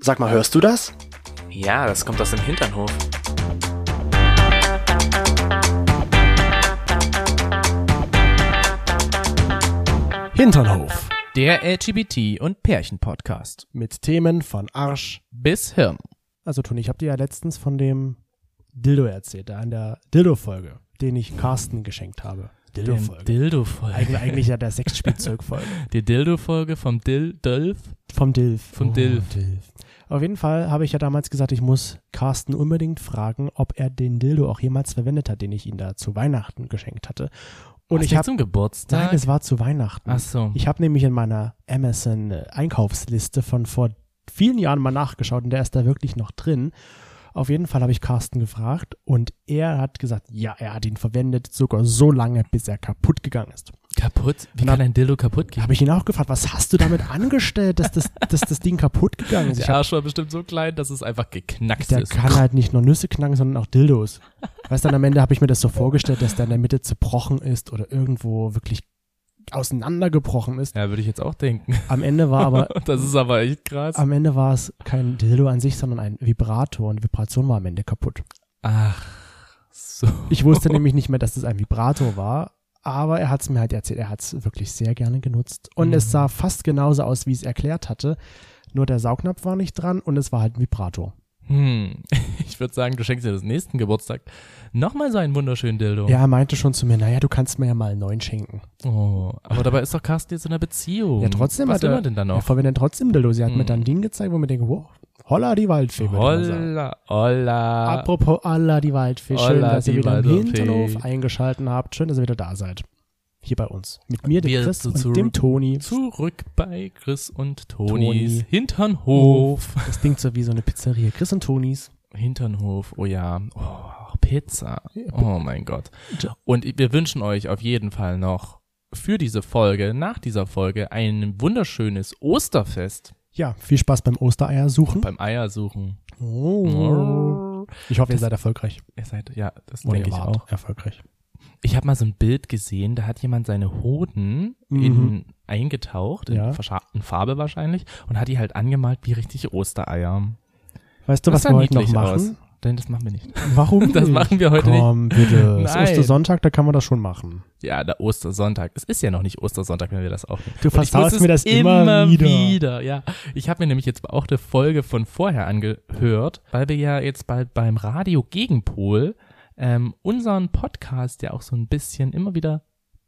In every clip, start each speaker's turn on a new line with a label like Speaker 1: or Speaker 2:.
Speaker 1: Sag mal, hörst du das?
Speaker 2: Ja, das kommt aus dem Hinternhof.
Speaker 1: Hinternhof.
Speaker 3: Der LGBT- und Pärchen-Podcast.
Speaker 1: Mit Themen von Arsch.
Speaker 3: Bis Hirn.
Speaker 1: Also Toni, ich habe dir ja letztens von dem Dildo erzählt, da in der Dildo-Folge, den ich Carsten geschenkt habe.
Speaker 3: Dem
Speaker 1: Dildo-Folge.
Speaker 3: Dildo-Folge.
Speaker 1: Eigentlich, eigentlich ja der Sexspielzeug-Folge.
Speaker 3: Die Dildo-Folge vom Dil Dolf.
Speaker 1: Vom Dilf. Oh,
Speaker 3: Vom Dilf.
Speaker 1: Dilf. Auf jeden Fall habe ich ja damals gesagt, ich muss Carsten unbedingt fragen, ob er den Dildo auch jemals verwendet hat, den ich ihm da zu Weihnachten geschenkt hatte. Und
Speaker 3: Hast
Speaker 1: ich
Speaker 3: nicht
Speaker 1: habe
Speaker 3: zum
Speaker 1: Nein,
Speaker 3: Geburtstag.
Speaker 1: es war zu Weihnachten.
Speaker 3: Ach so.
Speaker 1: Ich habe nämlich in meiner Amazon-Einkaufsliste von vor vielen Jahren mal nachgeschaut und der ist da wirklich noch drin. Auf jeden Fall habe ich Carsten gefragt und er hat gesagt, ja, er hat ihn verwendet, sogar so lange, bis er kaputt gegangen ist.
Speaker 3: Kaputt? Wie
Speaker 1: Na-
Speaker 3: kann ein Dildo kaputt gehen?
Speaker 1: Habe ich ihn auch gefragt, was hast du damit angestellt, dass das, dass das Ding kaputt gegangen ist? Also Ich
Speaker 3: Der
Speaker 1: hab,
Speaker 3: Arsch war bestimmt so klein, dass es einfach geknackt
Speaker 1: der
Speaker 3: ist.
Speaker 1: kann halt nicht nur Nüsse knacken, sondern auch Dildos. Weißt du, dann am Ende habe ich mir das so vorgestellt, dass der in der Mitte zerbrochen ist oder irgendwo wirklich auseinandergebrochen ist.
Speaker 3: Ja, würde ich jetzt auch denken.
Speaker 1: Am Ende war aber
Speaker 3: Das ist aber echt krass.
Speaker 1: Am Ende war es kein Dildo an sich, sondern ein Vibrator und Vibration war am Ende kaputt.
Speaker 3: Ach, so.
Speaker 1: Ich wusste nämlich nicht mehr, dass es ein Vibrator war, aber er hat es mir halt erzählt. Er hat es wirklich sehr gerne genutzt und es sah fast genauso aus, wie ich es erklärt hatte. Nur der Saugnapf war nicht dran und es war halt ein Vibrator.
Speaker 3: Hm. Ich würde sagen, du schenkst dir das nächsten Geburtstag nochmal so einen wunderschönen Dildo.
Speaker 1: Ja, er meinte schon zu mir, naja, du kannst mir ja mal einen neuen schenken.
Speaker 3: Oh, aber dabei ist doch Carsten jetzt in einer Beziehung.
Speaker 1: Ja, trotzdem
Speaker 3: Was
Speaker 1: hat
Speaker 3: will
Speaker 1: er
Speaker 3: man denn da
Speaker 1: Ja,
Speaker 3: noch?
Speaker 1: verwendet trotzdem Dildo. Sie hat mir
Speaker 3: Hm.
Speaker 1: dann ein Ding gezeigt, wo mir denke, wow, holla die Waldfee. würde man sagen.
Speaker 3: Olla, olla.
Speaker 1: Apropos Allah die Waldfee, schön,
Speaker 3: Ah. Allah,
Speaker 1: dass ihr
Speaker 3: die
Speaker 1: wieder im
Speaker 3: Waldfee.
Speaker 1: Hinterhof eingeschalten habt. Schön, dass ihr wieder da seid. Hier bei uns. Mit mir, dem
Speaker 3: Wir
Speaker 1: Chris
Speaker 3: zu-
Speaker 1: und
Speaker 3: zu-
Speaker 1: dem Toni.
Speaker 3: Zurück bei Chris und
Speaker 1: Toni.
Speaker 3: Tonis Hinternhof.
Speaker 1: Das klingt so wie so eine Pizzeria. Chris und Tonis.
Speaker 3: Hinternhof, oh ja. Oh, Pizza. Oh mein Gott. Und wir wünschen euch auf jeden Fall noch für diese Folge, nach dieser Folge, ein wunderschönes Osterfest
Speaker 1: Ja, viel Spaß beim Ostereier suchen.
Speaker 3: beim Eiersuchen.
Speaker 1: Oh. Ich hoffe, ihr seid erfolgreich.
Speaker 3: Ihr seid, ja, das
Speaker 1: Oder
Speaker 3: denke
Speaker 1: ihr
Speaker 3: ich
Speaker 1: wart
Speaker 3: auch.
Speaker 1: erfolgreich.
Speaker 3: Ich habe mal so ein Bild gesehen, da hat jemand seine Hoden
Speaker 1: Mhm.
Speaker 3: in, eingetaucht, in
Speaker 1: Ja.
Speaker 3: verschabten Farbe wahrscheinlich, und hat die halt angemalt wie richtig Ostereier.
Speaker 1: Weißt du,
Speaker 3: Das
Speaker 1: was
Speaker 3: sah
Speaker 1: wir heute noch
Speaker 3: niedlich
Speaker 1: machen?
Speaker 3: Aus. Denn das machen wir nicht.
Speaker 1: Warum
Speaker 3: Das
Speaker 1: nicht?
Speaker 3: machen wir heute nicht.
Speaker 1: Komm, bitte. Es
Speaker 3: Nein.
Speaker 1: ist Ostersonntag, da kann man das schon machen.
Speaker 3: Ja, der Ostersonntag. Es ist ja noch nicht Ostersonntag, wenn wir das aufnehmen.
Speaker 1: Du
Speaker 3: Und ich muss
Speaker 1: versaust
Speaker 3: es
Speaker 1: mir das immer wieder.
Speaker 3: Ja, ich habe mir nämlich jetzt auch eine Folge von vorher angehört, weil wir ja jetzt bald beim Radio Gegenpol ähm, unseren Podcast ja auch so ein bisschen immer wieder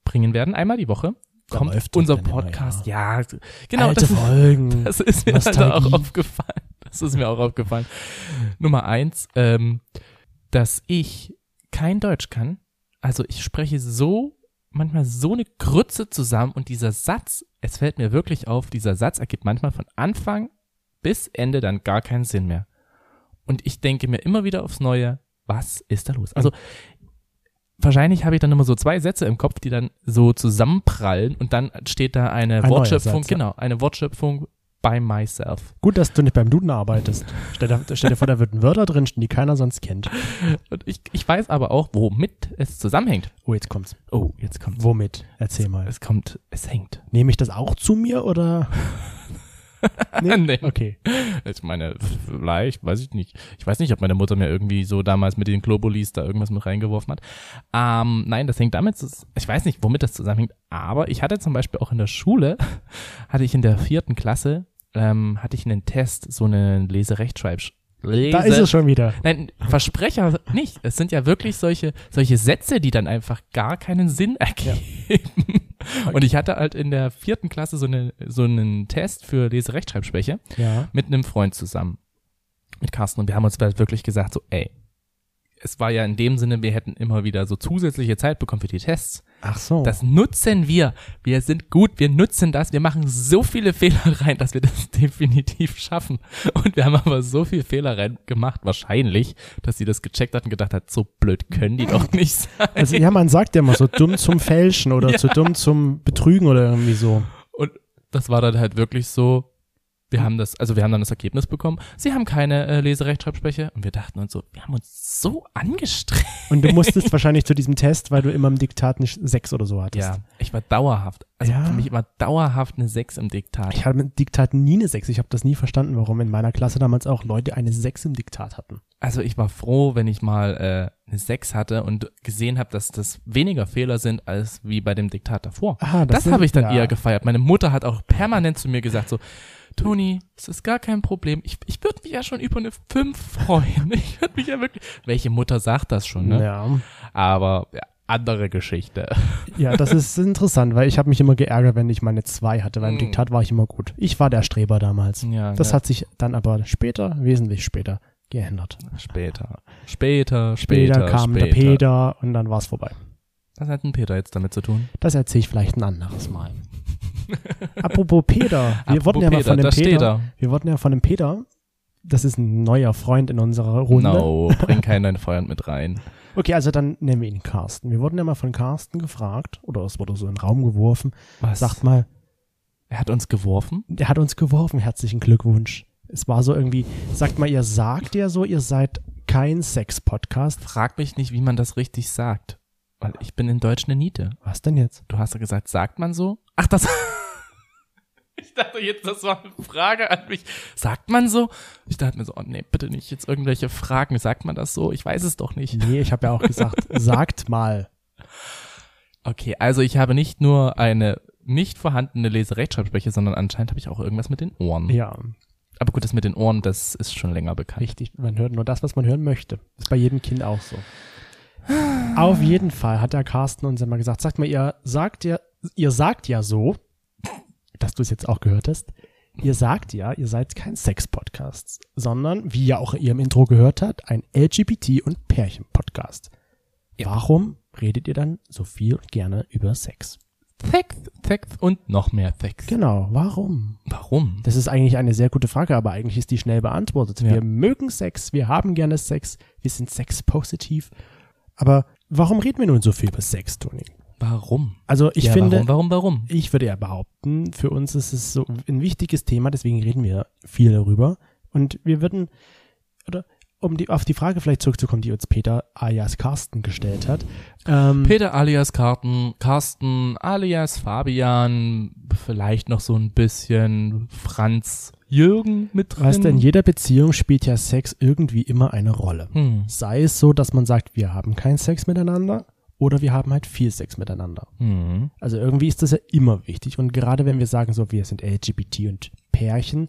Speaker 3: bringen werden. Einmal die Woche
Speaker 1: Da
Speaker 3: kommt
Speaker 1: läuft
Speaker 3: unser
Speaker 1: doch dann immer,
Speaker 3: Podcast. ja. genau.
Speaker 1: Alte
Speaker 3: das ist-
Speaker 1: Folgen.
Speaker 3: Das ist mir halt
Speaker 1: Nostalgie.
Speaker 3: auch aufgefallen. Das ist mir auch aufgefallen. Nummer eins, ähm, dass ich kein Deutsch kann. Also ich spreche so, manchmal so eine Grütze zusammen und dieser Satz, es fällt mir wirklich auf, dieser Satz ergibt manchmal von Anfang bis Ende dann gar keinen Sinn mehr. Und ich denke mir immer wieder aufs Neue, was ist da los? Also wahrscheinlich habe ich dann immer so zwei Sätze im Kopf, die dann so zusammenprallen und dann steht da eine
Speaker 1: Ein neuer
Speaker 3: Wortschöpfung,
Speaker 1: Satz, ja.
Speaker 3: genau, eine Wortschöpfung by myself.
Speaker 1: Gut, dass du nicht beim Duden arbeitest. Stell dir, stell dir vor, da würden Wörter drinstehen, die keiner sonst kennt.
Speaker 3: Und ich, ich weiß aber auch, womit es zusammenhängt.
Speaker 1: Oh, jetzt kommt's.
Speaker 3: Oh, jetzt kommt
Speaker 1: Womit? Erzähl mal.
Speaker 3: es kommt, es hängt.
Speaker 1: Nehme ich das auch zu mir oder? Nee?
Speaker 3: Nee.
Speaker 1: Okay.
Speaker 3: Ich meine, vielleicht, weiß ich nicht. Ich weiß nicht, ob meine Mutter mir irgendwie so damals mit den Globulis da irgendwas mit reingeworfen hat. Ähm, nein, das hängt damit, zus- ich weiß nicht, womit das zusammenhängt, aber ich hatte zum Beispiel auch in der Schule, hatte ich in der vierten Klasse, ähm, hatte ich einen Test, so einen Leserechtschreibsch. Lese
Speaker 1: Da ist es schon wieder.
Speaker 3: Nein, Versprecher nicht. Es sind ja wirklich solche, solche Sätze, die dann einfach gar keinen Sinn ergeben. Und ich hatte halt in der vierten Klasse so, eine, so einen Test für Leserechtschreibschwäche
Speaker 1: Ja.
Speaker 3: mit einem Freund zusammen, mit Carsten. Und wir haben uns halt wirklich gesagt, so, ey, es war ja in dem Sinne, wir hätten immer wieder so zusätzliche Zeit bekommen für die Tests.
Speaker 1: Ach so.
Speaker 3: Das nutzen wir. Wir sind gut, wir nutzen das. Wir machen so viele Fehler rein, dass wir das definitiv schaffen. Und wir haben aber so viel Fehler rein gemacht, wahrscheinlich, dass sie das gecheckt hat und gedacht hat, so blöd können die doch nicht sein.
Speaker 1: also ja, man sagt ja immer so dumm zum Fälschen oder zu dumm zum Betrügen oder irgendwie so.
Speaker 3: Und das war dann halt wirklich so, Wir haben das, also wir haben dann das Ergebnis bekommen. Sie haben keine äh, Leserechtschreibschwäche und wir dachten uns so, wir haben uns so angestrengt.
Speaker 1: Und du musstest wahrscheinlich zu diesem Test, weil du immer im Diktat nicht sechs oder so hattest.
Speaker 3: Ja, ich war dauerhaft. Also
Speaker 1: Ja.
Speaker 3: für mich war dauerhaft eine 6 im Diktat.
Speaker 1: Ich hatte im Diktat nie eine sechs. Ich habe das nie verstanden, warum in meiner Klasse damals auch Leute eine sechs im Diktat hatten.
Speaker 3: Also ich war froh, wenn ich mal äh, eine 6 hatte und gesehen habe, dass das weniger Fehler sind als wie bei dem Diktat davor.
Speaker 1: Ah,
Speaker 3: Das, habe ich dann
Speaker 1: ja.
Speaker 3: eher gefeiert. Meine Mutter hat auch permanent zu mir gesagt so, Toni, es ist gar kein Problem. Ich, ich würde mich ja schon über eine 5 freuen. Ich würde mich ja wirklich. Welche Mutter sagt das schon, ne?
Speaker 1: Ja.
Speaker 3: Aber ja, andere Geschichte.
Speaker 1: ja, das ist interessant, weil ich habe mich immer geärgert, wenn ich meine zwei hatte. Beim
Speaker 3: Mhm.
Speaker 1: Diktat war ich immer gut. Ich war der Streber damals.
Speaker 3: Ja,
Speaker 1: Das
Speaker 3: ne?
Speaker 1: hat sich dann aber später, wesentlich später, geändert.
Speaker 3: später. Später, später.
Speaker 1: Später, kam
Speaker 3: später.
Speaker 1: der Peter und dann war es vorbei.
Speaker 3: Was hat denn Peter jetzt damit zu tun?
Speaker 1: Das erzähle ich vielleicht ein anderes Mal. Apropos Peter, wir
Speaker 3: Apropos
Speaker 1: wurden ja mal
Speaker 3: Peter,
Speaker 1: von dem
Speaker 3: da steht
Speaker 1: Peter.
Speaker 3: er.
Speaker 1: Wir wurden ja von dem Peter. Das ist ein neuer Freund in unserer Runde.
Speaker 3: No, bring keinen deinen Freund mit rein.
Speaker 1: Okay, also dann nennen wir ihn Carsten. Wir wurden ja mal von Carsten gefragt, oder es wurde so in den Raum geworfen.
Speaker 3: Was?
Speaker 1: Sagt mal,
Speaker 3: er hat uns geworfen?
Speaker 1: der hat uns geworfen, herzlichen Glückwunsch. Es war so irgendwie, sagt mal, ihr sagt ja so, ihr seid kein Sex-Podcast.
Speaker 3: Frag mich nicht, wie man das richtig sagt. Weil ich bin in Deutsch eine Niete.
Speaker 1: Was denn jetzt?
Speaker 3: Du hast ja gesagt, sagt man so? Ach, das. ich dachte jetzt, das war eine Frage an mich. Sagt man so? Ich dachte mir so, oh nee, bitte nicht jetzt irgendwelche Fragen. Sagt man das so? Ich weiß es doch nicht.
Speaker 1: Nee, ich habe ja auch gesagt, sagt mal.
Speaker 3: Okay, also ich habe nicht nur eine nicht vorhandene Leserechtschreibschwäche, sondern anscheinend habe ich auch irgendwas mit den Ohren.
Speaker 1: Ja,
Speaker 3: Aber gut, das mit den Ohren, das ist schon länger bekannt.
Speaker 1: richtig. Man hört nur das, was man hören möchte. Ist bei jedem Kind auch so. Auf jeden Fall hat der Carsten uns immer gesagt, sagt mal, ihr sagt ja, ihr sagt ja so, dass du es jetzt auch gehört hast. Ihr sagt ja, ihr seid kein Sex-Podcast, sondern, wie ihr auch in ihrem Intro gehört habt, ein LGBT- und Pärchen-Podcast. Warum redet ihr dann so viel und gerne über Sex?
Speaker 3: Sex, Sex und noch mehr Sex.
Speaker 1: Genau, warum?
Speaker 3: Warum?
Speaker 1: Das ist eigentlich eine sehr gute Frage, aber eigentlich ist die schnell beantwortet.
Speaker 3: Ja.
Speaker 1: Wir mögen Sex, wir haben gerne Sex, wir sind sexpositiv. Aber warum reden wir nun so viel über Sex, Toni?
Speaker 3: Warum?
Speaker 1: Also ich
Speaker 3: ja,
Speaker 1: finde,
Speaker 3: warum, warum, warum?
Speaker 1: ich würde ja behaupten, für uns ist es so ein wichtiges Thema, deswegen reden wir viel darüber. Und wir würden, oder um die, auf die Frage vielleicht zurückzukommen, die uns Peter alias Carsten gestellt hat. Ähm,
Speaker 3: Peter alias Carsten, Carsten alias Fabian, vielleicht noch so ein bisschen Franz Jürgen mit drin.
Speaker 1: weißt du, in jeder Beziehung spielt ja Sex irgendwie immer eine Rolle.
Speaker 3: Hm,
Speaker 1: Sei es so, dass man sagt, wir haben keinen Sex miteinander oder wir haben halt viel Sex miteinander.
Speaker 3: hm.
Speaker 1: Also irgendwie ist das ja immer wichtig. Und gerade wenn wir sagen, so wir sind LGBT und Pärchen,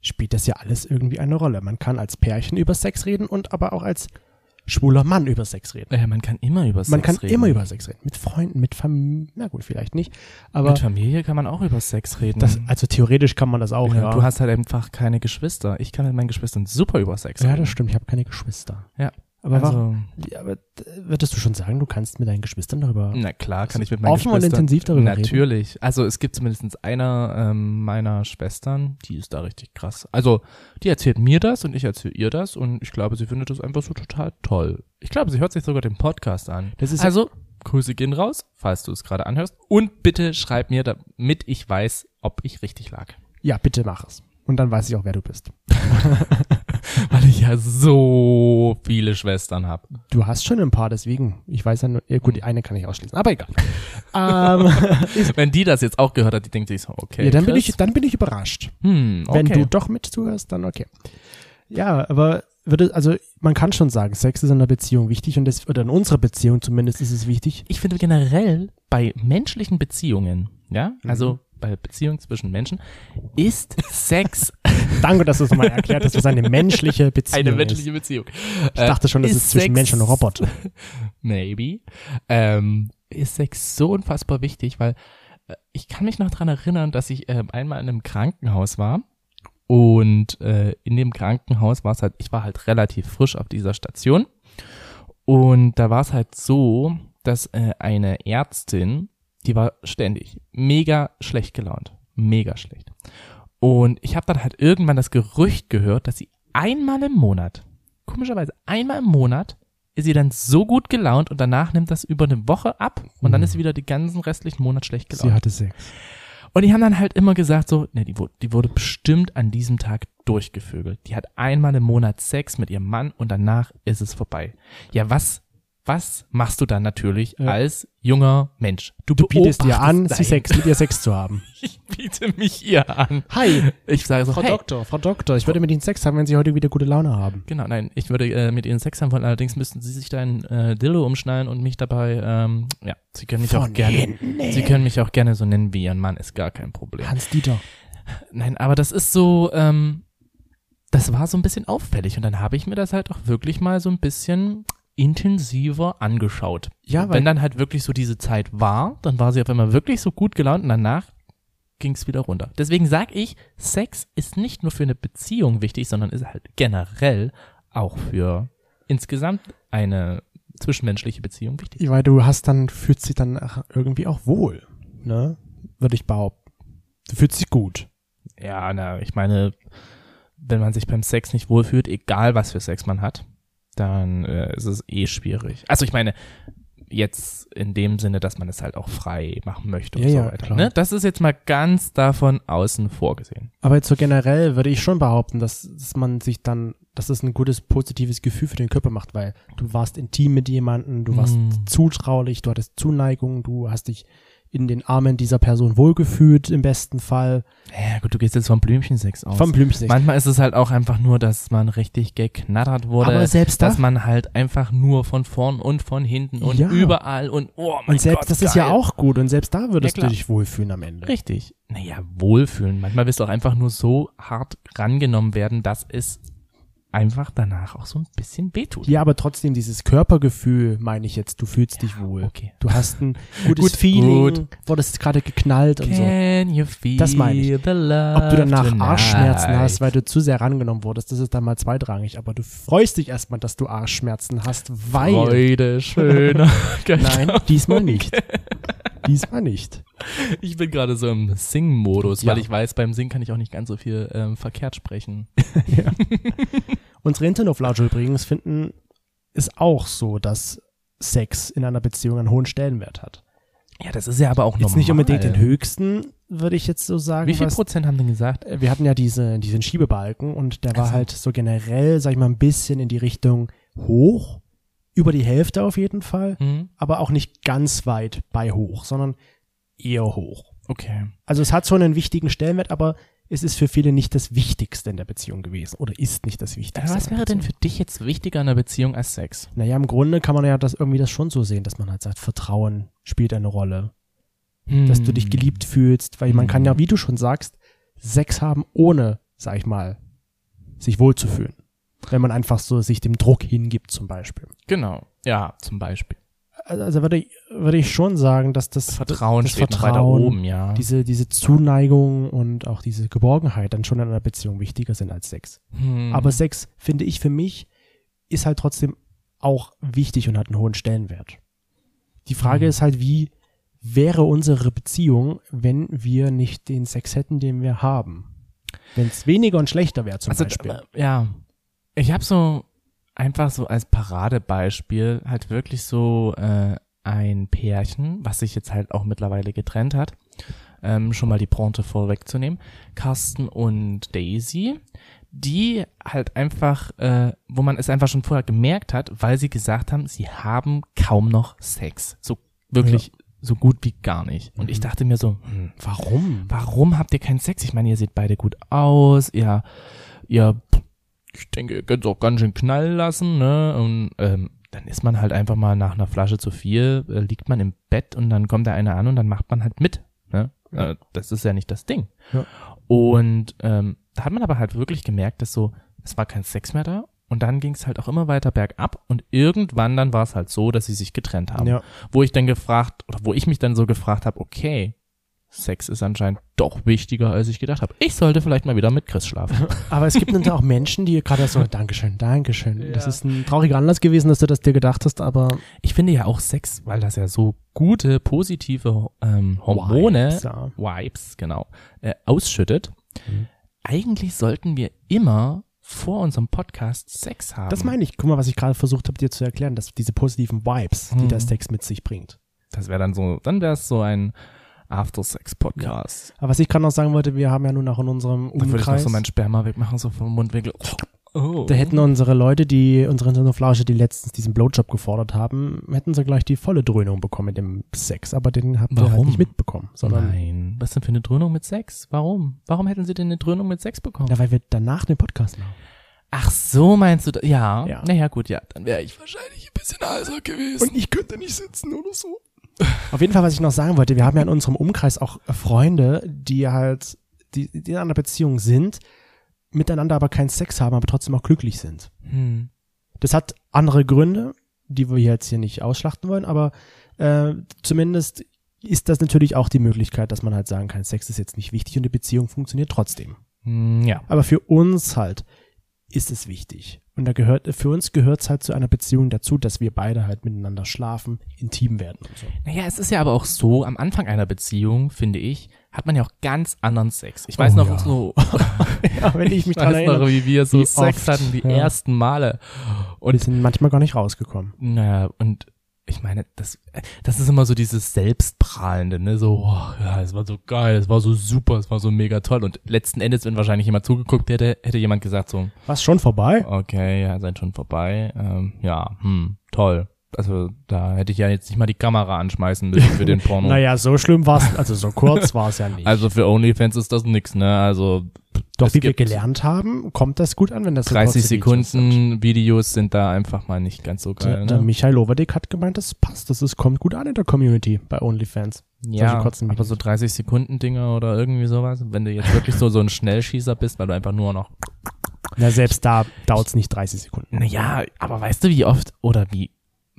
Speaker 1: spielt das ja alles irgendwie eine Rolle. Man kann als Pärchen über Sex reden und aber auch als schwuler Mann über Sex reden.
Speaker 3: Ja, man kann immer über Sex
Speaker 1: Man kann
Speaker 3: reden.
Speaker 1: immer über Sex reden. Mit Freunden, mit Familie, na gut, vielleicht nicht. Aber
Speaker 3: Mit Familie kann man auch über Sex reden.
Speaker 1: das, also theoretisch kann man das auch,
Speaker 3: ja,
Speaker 1: ja.
Speaker 3: Du hast halt einfach keine Geschwister. Ich kann mit meinen Geschwistern super über Sex
Speaker 1: ja,
Speaker 3: reden.
Speaker 1: das stimmt. Ich habe keine Geschwister.
Speaker 3: Ja.
Speaker 1: Aber, warum,
Speaker 3: also,
Speaker 1: ja, aber äh, würdest du schon sagen, du kannst mit deinen Geschwistern darüber
Speaker 3: na klar, kann ich mit meinen
Speaker 1: offen und
Speaker 3: Geschwistern.
Speaker 1: intensiv darüber reden?
Speaker 3: Natürlich. Also es gibt zumindest einer ähm, meiner Schwestern, die ist da richtig krass. Also die erzählt mir das und ich erzähle ihr das und ich glaube, sie findet das einfach so total toll. Ich glaube, sie hört sich sogar den Podcast an.
Speaker 1: Das ist-
Speaker 3: also Grüße gehen raus, falls du es gerade anhörst. Und bitte schreib mir, damit ich weiß, ob ich richtig lag.
Speaker 1: Ja, bitte mach es. Und dann weiß ich auch, wer du bist.
Speaker 3: Weil ich ja so viele Schwestern habe.
Speaker 1: Du hast schon ein paar, deswegen. Ich weiß ja nur, ja, gut, die eine kann ich ausschließen, aber egal. ähm,
Speaker 3: Wenn die das jetzt auch gehört hat, die denkt sich so, okay.
Speaker 1: ja, dann bin,
Speaker 3: Chris,
Speaker 1: ich, dann bin ich überrascht.
Speaker 3: Hm, okay.
Speaker 1: Wenn du doch mit zuhörst, dann okay. Ja, aber würde, also man kann schon sagen, Sex ist in einer Beziehung wichtig und das, oder in unserer Beziehung zumindest ist es wichtig.
Speaker 3: ich finde generell bei menschlichen Beziehungen, ja,
Speaker 1: Mhm.
Speaker 3: also bei Beziehungen zwischen Menschen, ist Sex
Speaker 1: Danke, dass du es nochmal erklärt hast, was eine menschliche Genau. Beziehung
Speaker 3: eine
Speaker 1: ist.
Speaker 3: menschliche Beziehung.
Speaker 1: Ich dachte schon, das
Speaker 3: Äh,
Speaker 1: ist, zwischen
Speaker 3: Sex-
Speaker 1: Mensch und Roboter.
Speaker 3: Maybe. Ähm, ist Sex so unfassbar wichtig, weil äh, ich kann mich noch dran erinnern, dass ich ähm, einmal in einem Krankenhaus war und äh, in dem Krankenhaus war es halt, ich war halt relativ frisch auf dieser Station und da war es halt so, dass äh, eine Ärztin, die war ständig mega schlecht gelaunt, mega schlecht. Und ich habe dann halt irgendwann das Gerücht gehört, dass sie einmal im Monat, komischerweise einmal im Monat, ist sie dann so gut gelaunt und danach nimmt das über eine Woche ab und dann
Speaker 1: Mhm.
Speaker 3: ist sie wieder den ganzen restlichen Monat schlecht
Speaker 1: Sie
Speaker 3: gelaunt.
Speaker 1: hatte Sex.
Speaker 3: Und die haben dann halt immer gesagt so, ne, die, wurde- die wurde bestimmt an diesem Tag durchgevögelt. Die hat einmal im Monat Sex mit ihrem Mann und danach ist es vorbei. Ja, was, was machst du dann natürlich
Speaker 1: Ja.
Speaker 3: als junger Mensch? Du,
Speaker 1: Du bietest ihr
Speaker 3: beobachtest
Speaker 1: an,
Speaker 3: dein-
Speaker 1: sie Sex, mit ihr Sex zu haben.
Speaker 3: Ich biete mich ihr an.
Speaker 1: Hi,
Speaker 3: Ich sage so,
Speaker 1: Frau
Speaker 3: hey,
Speaker 1: Doktor, Frau Doktor, ich würde mit Ihnen Sex haben, wenn Sie heute wieder gute Laune haben.
Speaker 3: Genau, nein, ich würde äh, mit ihnen Sex haben wollen, allerdings müssten sie sich deinen äh, Dillo umschneiden und mich dabei, ähm, ja, sie können mich auch
Speaker 1: Von
Speaker 3: gerne,
Speaker 1: hinten, nee.
Speaker 3: sie können mich auch gerne so nennen wie ihren Mann, ist gar kein Problem.
Speaker 1: Hans Dieter.
Speaker 3: Nein, aber das ist so, ähm, das war so ein bisschen auffällig und dann habe ich mir das halt auch wirklich mal so ein bisschen intensiver angeschaut.
Speaker 1: Ja, weil-
Speaker 3: Wenn dann halt wirklich so diese Zeit war, dann war sie auf einmal wirklich so gut gelaunt und danach ging es wieder runter. Deswegen sage ich, Sex ist nicht nur für eine Beziehung wichtig, sondern ist halt generell auch für insgesamt eine zwischenmenschliche Beziehung wichtig.
Speaker 1: Weil du hast dann, fühlst dich dann ach- irgendwie auch wohl, ne? Würde ich behaupten. Du fühlst dich gut.
Speaker 3: Ja, na, ich meine, wenn man sich beim Sex nicht wohlfühlt, egal was für Sex man hat, dann äh, ist es eh schwierig. Also ich meine, jetzt in dem Sinne, dass man es halt auch frei machen möchte und
Speaker 1: Ja,
Speaker 3: so
Speaker 1: ja,
Speaker 3: weiter.
Speaker 1: klar.
Speaker 3: Ne? Das ist jetzt mal ganz davon außen vorgesehen.
Speaker 1: Aber jetzt so generell würde ich schon behaupten, dass, dass man sich dann, dass es ein gutes, positives Gefühl für den Körper macht, weil du warst intim mit jemandem, du warst
Speaker 3: Mm.
Speaker 1: zutraulich, du hattest Zuneigung, du hast dich in den Armen dieser Person wohlgefühlt im besten Fall.
Speaker 3: Ja gut, du gehst jetzt vom Blümchensex aus.
Speaker 1: Vom Blümchen.
Speaker 3: Manchmal ist es halt auch einfach nur, dass man richtig geknattert wurde.
Speaker 1: Aber selbst
Speaker 3: dass
Speaker 1: da-
Speaker 3: man halt einfach nur von vorn und von hinten und
Speaker 1: Ja.
Speaker 3: überall und oh mein
Speaker 1: Und selbst,
Speaker 3: Gott,
Speaker 1: das ist
Speaker 3: geil.
Speaker 1: ja auch gut. Und selbst da würdest
Speaker 3: Ja, klar.
Speaker 1: du dich wohlfühlen am Ende.
Speaker 3: Richtig. Naja, wohlfühlen. Manchmal wirst du auch einfach nur so hart rangenommen werden, dass es einfach danach auch so ein bisschen wehtut.
Speaker 1: Ja, aber trotzdem dieses Körpergefühl, meine ich jetzt, du fühlst dich wohl.
Speaker 3: okay.
Speaker 1: Du hast ein gutes
Speaker 3: Gut,
Speaker 1: Feeling,
Speaker 3: gut.
Speaker 1: wurdest gerade geknallt und so.
Speaker 3: Can you feel
Speaker 1: Das meine ich.
Speaker 3: the love
Speaker 1: Ob du danach
Speaker 3: tonight?
Speaker 1: Arschschmerzen hast, weil du zu sehr rangenommen wurdest, das ist dann mal zweitrangig. Aber du freust dich erstmal, dass du Arschschmerzen hast, weil.
Speaker 3: Freude, Genau. schöner.
Speaker 1: Nein, diesmal nicht. diesmal nicht.
Speaker 3: Ich bin gerade so im Sing-Modus, weil
Speaker 1: Ja.
Speaker 3: ich weiß, beim Singen kann ich auch nicht ganz so viel ähm, verkehrt sprechen.
Speaker 1: Unsere Internetlausche übrigens finden ist auch so, dass Sex in einer Beziehung einen hohen Stellenwert hat.
Speaker 3: Ja, das ist ja aber auch
Speaker 1: Jetzt nicht unbedingt den höchsten, würde ich jetzt so sagen.
Speaker 3: Wie viel
Speaker 1: was-
Speaker 3: Prozent haben denn gesagt?
Speaker 1: Äh, wir hatten ja diese, diesen Schiebebalken und der war
Speaker 3: Also.
Speaker 1: halt so generell, sag ich mal, ein bisschen in die Richtung hoch, über die Hälfte auf jeden Fall,
Speaker 3: Hm?
Speaker 1: aber auch nicht ganz weit bei hoch, sondern eher hoch.
Speaker 3: Okay.
Speaker 1: Also es hat so einen wichtigen Stellenwert, aber es ist für viele nicht das Wichtigste in der Beziehung gewesen oder ist nicht das Wichtigste.
Speaker 3: Äh, Was
Speaker 1: in der
Speaker 3: wäre denn
Speaker 1: Beziehung.
Speaker 3: für dich jetzt wichtiger in einer Beziehung als Sex?
Speaker 1: Naja, im Grunde kann man ja das irgendwie das schon so sehen, dass man halt sagt, Vertrauen spielt eine Rolle, dass du dich
Speaker 3: Hm.
Speaker 1: geliebt fühlst, weil man kann
Speaker 3: Hm.
Speaker 1: ja, wie du schon sagst, Sex haben, ohne, sag ich mal, sich wohlzufühlen. Wenn man einfach so sich dem Druck hingibt, zum Beispiel.
Speaker 3: Genau, ja, zum Beispiel.
Speaker 1: Also also würde ich, würde ich schon sagen, dass das
Speaker 3: Vertrauen
Speaker 1: das
Speaker 3: steht noch weiter
Speaker 1: Vertrauen,
Speaker 3: oben, ja.
Speaker 1: Diese, diese Zuneigung und auch diese Geborgenheit dann schon in einer Beziehung wichtiger sind als Sex.
Speaker 3: Hm.
Speaker 1: Aber Sex, finde ich für mich, ist halt trotzdem auch wichtig und hat einen hohen Stellenwert. Die Frage
Speaker 3: Mhm.
Speaker 1: ist halt, wie wäre unsere Beziehung, wenn wir nicht den Sex hätten, den wir haben? Wenn es weniger und schlechter wäre zum
Speaker 3: also,
Speaker 1: Beispiel.
Speaker 3: äh, ja, ich habe so einfach so als Paradebeispiel halt wirklich so äh, ein Pärchen, was sich jetzt halt auch mittlerweile getrennt hat, ähm, schon mal die Bronte vorwegzunehmen, Carsten und Daisy, die halt einfach, äh, wo man es einfach schon vorher gemerkt hat, weil sie gesagt haben, sie haben kaum noch Sex. So wirklich so gut wie gar nicht. Und ich dachte mir so, hm,
Speaker 1: Warum?
Speaker 3: warum habt ihr keinen Sex? Ich meine, ihr seht beide gut aus, ihr, ihr, ich denke, ihr könnt auch ganz schön knallen lassen, ne? Und ähm, dann ist man halt einfach mal nach einer Flasche zu viel, äh, liegt man im Bett und dann kommt da einer an und dann macht man halt mit, ne? Äh, das ist ja nicht das Ding.
Speaker 1: Ja.
Speaker 3: Und ähm, da hat man aber halt wirklich gemerkt, dass so, es war kein Sex mehr da. Und dann ging es halt auch immer weiter bergab und irgendwann dann war es halt so, dass sie sich getrennt haben
Speaker 1: Ja.
Speaker 3: wo ich dann gefragt oder wo ich mich dann so gefragt habe, okay, Sex ist anscheinend doch wichtiger, als ich gedacht habe. Ich sollte vielleicht mal wieder mit Chris schlafen.
Speaker 1: Aber es gibt natürlich auch Menschen, die gerade so, Dankeschön, Dankeschön. Das
Speaker 3: Ja.
Speaker 1: ist ein trauriger Anlass gewesen, dass du das dir gedacht hast, aber
Speaker 3: Ich finde ja auch Sex, weil das ja so gute, positive ähm, Hormone,
Speaker 1: Vibes, ja.
Speaker 3: Vibes, genau, äh, ausschüttet.
Speaker 1: Mhm.
Speaker 3: Eigentlich sollten wir immer vor unserem Podcast Sex haben.
Speaker 1: das meine ich. Guck mal, was ich gerade versucht habe, dir zu erklären, dass diese positiven Vibes, die
Speaker 3: Mhm.
Speaker 1: das Sex mit sich bringt.
Speaker 3: Das wäre dann so, dann wäre es so ein, Aftersex-Podcast.
Speaker 1: Aber was ich gerade noch sagen wollte, wir haben ja nun auch in unserem
Speaker 3: Da würde ich noch
Speaker 1: Umkreis,
Speaker 3: so mein Sperma wegmachen, so vom Mundwinkel. Oh.
Speaker 1: da hätten unsere Leute, die unsere Internetflausche, die letztens diesen Blowjob gefordert haben, hätten sie gleich die volle Dröhnung bekommen mit dem Sex. Aber den habt ihr halt
Speaker 3: Warum?
Speaker 1: nicht mitbekommen. Sondern,
Speaker 3: Nein. Was denn für eine Dröhnung mit Sex? Warum? Warum hätten sie denn eine Dröhnung mit Sex bekommen?
Speaker 1: Ja, weil wir danach den Podcast machen.
Speaker 3: Ach so, meinst du das? Ja.
Speaker 1: Ja.
Speaker 3: Naja, gut, ja. Dann wäre ich wahrscheinlich ein bisschen heiser gewesen.
Speaker 1: ich könnte nicht sitzen oder so. Auf jeden Fall, was ich noch sagen wollte, wir haben ja in unserem Umkreis auch äh, Freunde, die halt, die, die in einer Beziehung sind, miteinander aber keinen Sex haben, aber trotzdem auch glücklich sind.
Speaker 3: hm.
Speaker 1: Das hat andere Gründe, die wir jetzt hier nicht ausschlachten wollen, aber äh, zumindest ist das natürlich auch die Möglichkeit, dass man halt sagen kann, Sex ist jetzt nicht wichtig und die Beziehung funktioniert trotzdem.
Speaker 3: Hm, Ja.
Speaker 1: Aber für uns halt ist es wichtig. Und da gehört, für uns gehört es halt zu einer Beziehung dazu, dass wir beide halt miteinander schlafen, intim werden und so.
Speaker 3: Naja, es ist ja aber auch so, am Anfang einer Beziehung, finde ich, hat man ja auch ganz anderen Sex. Ich
Speaker 1: Oh
Speaker 3: weiß noch
Speaker 1: ja.
Speaker 3: so,
Speaker 1: Ja, wenn ich mich
Speaker 3: weiß
Speaker 1: dran erinnere.
Speaker 3: noch, wie wir so
Speaker 1: wie
Speaker 3: Sex
Speaker 1: oft,
Speaker 3: hatten, die
Speaker 1: ja.
Speaker 3: ersten Male.
Speaker 1: Und wir sind manchmal gar nicht rausgekommen.
Speaker 3: Naja, und ich meine, das, das ist immer so dieses Selbstprahlende, ne? So, oh, ja, es war so geil, es war so super, es war so mega toll. Und letzten Endes, wenn wahrscheinlich jemand zugeguckt hätte, hätte jemand gesagt so,
Speaker 1: War schon vorbei?
Speaker 3: okay, ja, seid schon vorbei, ähm, ja, hm, toll. Also da hätte ich ja jetzt nicht mal die Kamera anschmeißen müssen für den Porno.
Speaker 1: Naja, so schlimm war es, also so kurz war es ja nicht.
Speaker 3: Also für OnlyFans ist das nix, ne? Also
Speaker 1: Doch
Speaker 3: es
Speaker 1: wie wir
Speaker 3: gibt
Speaker 1: gelernt haben, kommt das gut an, wenn das so
Speaker 3: 30
Speaker 1: kurze Videos sind.
Speaker 3: Sekunden Videos sind da einfach mal nicht ganz so
Speaker 1: Der,
Speaker 3: geil,
Speaker 1: äh, der
Speaker 3: ne?
Speaker 1: Michael Overdick hat gemeint, das passt, das ist, kommt gut an in der Community bei OnlyFans.
Speaker 3: Ja,
Speaker 1: solche kurzen
Speaker 3: aber so 30 Sekunden Dinger oder irgendwie sowas, wenn du jetzt wirklich so so ein Schnellschießer bist, weil du einfach nur noch
Speaker 1: Na, selbst da dauert's nicht 30 Sekunden.
Speaker 3: Naja, aber weißt du, wie oft oder wie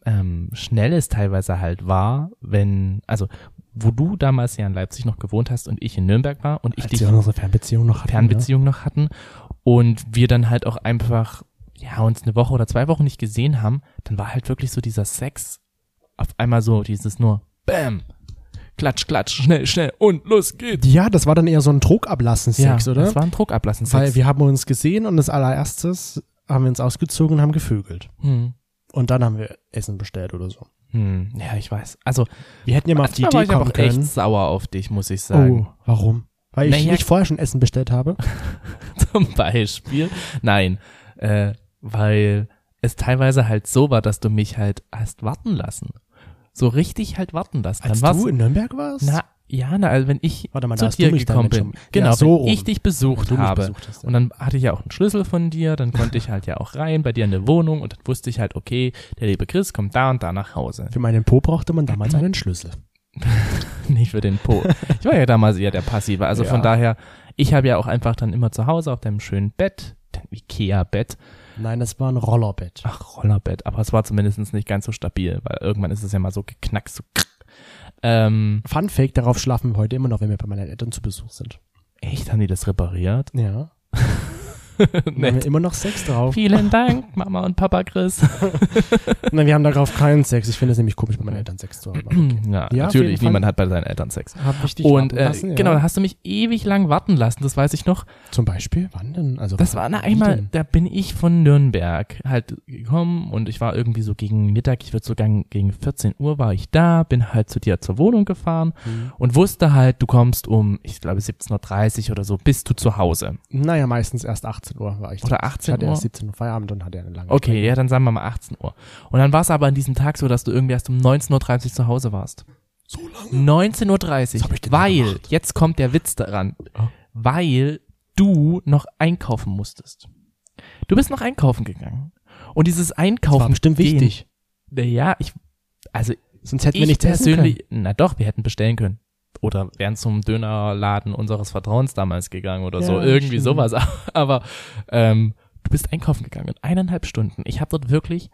Speaker 3: ähm, schnell es teilweise halt war, wenn, also wo du damals ja in Leipzig noch gewohnt hast und ich in Nürnberg war und ich
Speaker 1: Als
Speaker 3: dich
Speaker 1: wir unsere Fernbeziehung noch hatten.
Speaker 3: Fernbeziehung noch hatten und wir dann halt auch einfach, ja, uns eine Woche oder zwei Wochen nicht gesehen haben, dann war halt wirklich so dieser Sex auf einmal so, dieses nur Bäm, klatsch, klatsch, schnell, schnell und los geht's.
Speaker 1: Ne? Ja, das war dann eher so ein Druckablassen-Sex, oder?
Speaker 3: Das war ein Druckablassen.
Speaker 1: Weil wir haben uns gesehen und als allererstes haben wir uns ausgezogen und haben gevögelt.
Speaker 3: hm.
Speaker 1: Und dann haben wir Essen bestellt oder so.
Speaker 3: Hm. Ja, ich weiß. Also,
Speaker 1: Wir hätten ja mal auf die
Speaker 3: manchmal war
Speaker 1: Idee
Speaker 3: ich aber
Speaker 1: kommen
Speaker 3: auch echt
Speaker 1: können.
Speaker 3: sauer auf dich, muss ich sagen.
Speaker 1: Oh, warum? Weil ich
Speaker 3: Naja.
Speaker 1: nicht vorher schon Essen bestellt habe. Oh.
Speaker 3: zum Beispiel. Nein, äh, weil es teilweise halt so war, dass du mich halt hast warten lassen. So richtig halt warten lassen.
Speaker 1: Als
Speaker 3: dann war's,
Speaker 1: du in Nürnberg warst?
Speaker 3: na, ja, na, also wenn ich
Speaker 1: Warte mal, da
Speaker 3: zu
Speaker 1: hast
Speaker 3: dir
Speaker 1: du mich
Speaker 3: gekommen
Speaker 1: damit
Speaker 3: bin.
Speaker 1: schon-
Speaker 3: Genau,
Speaker 1: Ja, so
Speaker 3: wenn ich
Speaker 1: rum.
Speaker 3: dich besucht
Speaker 1: du mich
Speaker 3: habe.
Speaker 1: besucht hast, ja.
Speaker 3: Und dann hatte ich ja auch einen Schlüssel von dir, dann konnte ich halt ja auch rein bei dir in der Wohnung und dann wusste ich halt, okay, der liebe Chris kommt da und da nach Hause.
Speaker 1: Für meinen Po brauchte man damals einen Schlüssel.
Speaker 3: Nicht für den Po. Ich war ja damals eher der Passive. Also
Speaker 1: Ja.
Speaker 3: von daher, ich habe ja auch einfach dann immer zu Hause auf deinem schönen Bett, dein Ikea-Bett,
Speaker 1: Nein, das war ein Rollerbett.
Speaker 3: ach, Rollerbett, aber es war zumindest nicht ganz so stabil, weil irgendwann ist es ja mal so geknackst, so krack. ähm,
Speaker 1: Fun Fact, darauf schlafen wir heute immer noch, wenn wir bei meinen Eltern zu Besuch sind.
Speaker 3: echt, haben die das repariert?
Speaker 1: Ja. Da haben
Speaker 3: Nett.
Speaker 1: wir immer noch Sex drauf.
Speaker 3: Vielen Dank, Mama und Papa Chris.
Speaker 1: Nein, wir haben darauf keinen Sex. Ich finde es nämlich komisch, bei meinen Eltern Sex zu haben.
Speaker 3: ja,
Speaker 1: Ja, auf jeden
Speaker 3: natürlich,
Speaker 1: Fall.
Speaker 3: niemand hat bei seinen Eltern Sex.
Speaker 1: Hab ich dich
Speaker 3: Und
Speaker 1: warten
Speaker 3: äh,
Speaker 1: lassen, ja.
Speaker 3: genau, da hast du mich ewig lang warten lassen, das weiß ich noch.
Speaker 1: Zum Beispiel, wann denn? Also,
Speaker 3: Das
Speaker 1: wann-
Speaker 3: war na,
Speaker 1: wie
Speaker 3: einmal,
Speaker 1: denn?
Speaker 3: da bin ich von Nürnberg halt gekommen und ich war irgendwie so gegen Mittag, ich würde so gegen, gegen 14 Uhr war ich da, bin halt zu dir zur Wohnung gefahren und wusste halt, du kommst um, ich glaube 17.30 Uhr oder so, bist du zu Hause.
Speaker 1: Naja, meistens erst 18 Uhr war ich.
Speaker 3: Oder
Speaker 1: Ich
Speaker 3: 18
Speaker 1: hatte
Speaker 3: Uhr.
Speaker 1: erst 17 Uhr Feierabend und hatte eine lange
Speaker 3: Okay, ja, dann sagen wir mal 18 Uhr. Und dann war es aber an diesem Tag so, dass du irgendwie erst um 19.30 Uhr zu Hause warst.
Speaker 1: So lange?
Speaker 3: 19.30
Speaker 1: Was hab
Speaker 3: Uhr,
Speaker 1: ich denn da
Speaker 3: weil,
Speaker 1: gemacht?
Speaker 3: jetzt kommt der Witz daran,
Speaker 1: Oh.
Speaker 3: weil du noch einkaufen musstest. Du bist noch einkaufen gegangen. Und dieses
Speaker 1: Das
Speaker 3: Einkaufen
Speaker 1: war bestimmt
Speaker 3: gehen,
Speaker 1: wichtig.
Speaker 3: Naja, ich, also
Speaker 1: Sonst hätten wir
Speaker 3: ich
Speaker 1: nichts essen können.
Speaker 3: persönlich, na doch, wir hätten bestellen können. Oder wären zum Dönerladen unseres Vertrauens damals gegangen oder
Speaker 1: Ja,
Speaker 3: so. Irgendwie
Speaker 1: stimmt.
Speaker 3: sowas. Aber ähm, du bist einkaufen gegangen in eineinhalb Stunden. Ich habe dort wirklich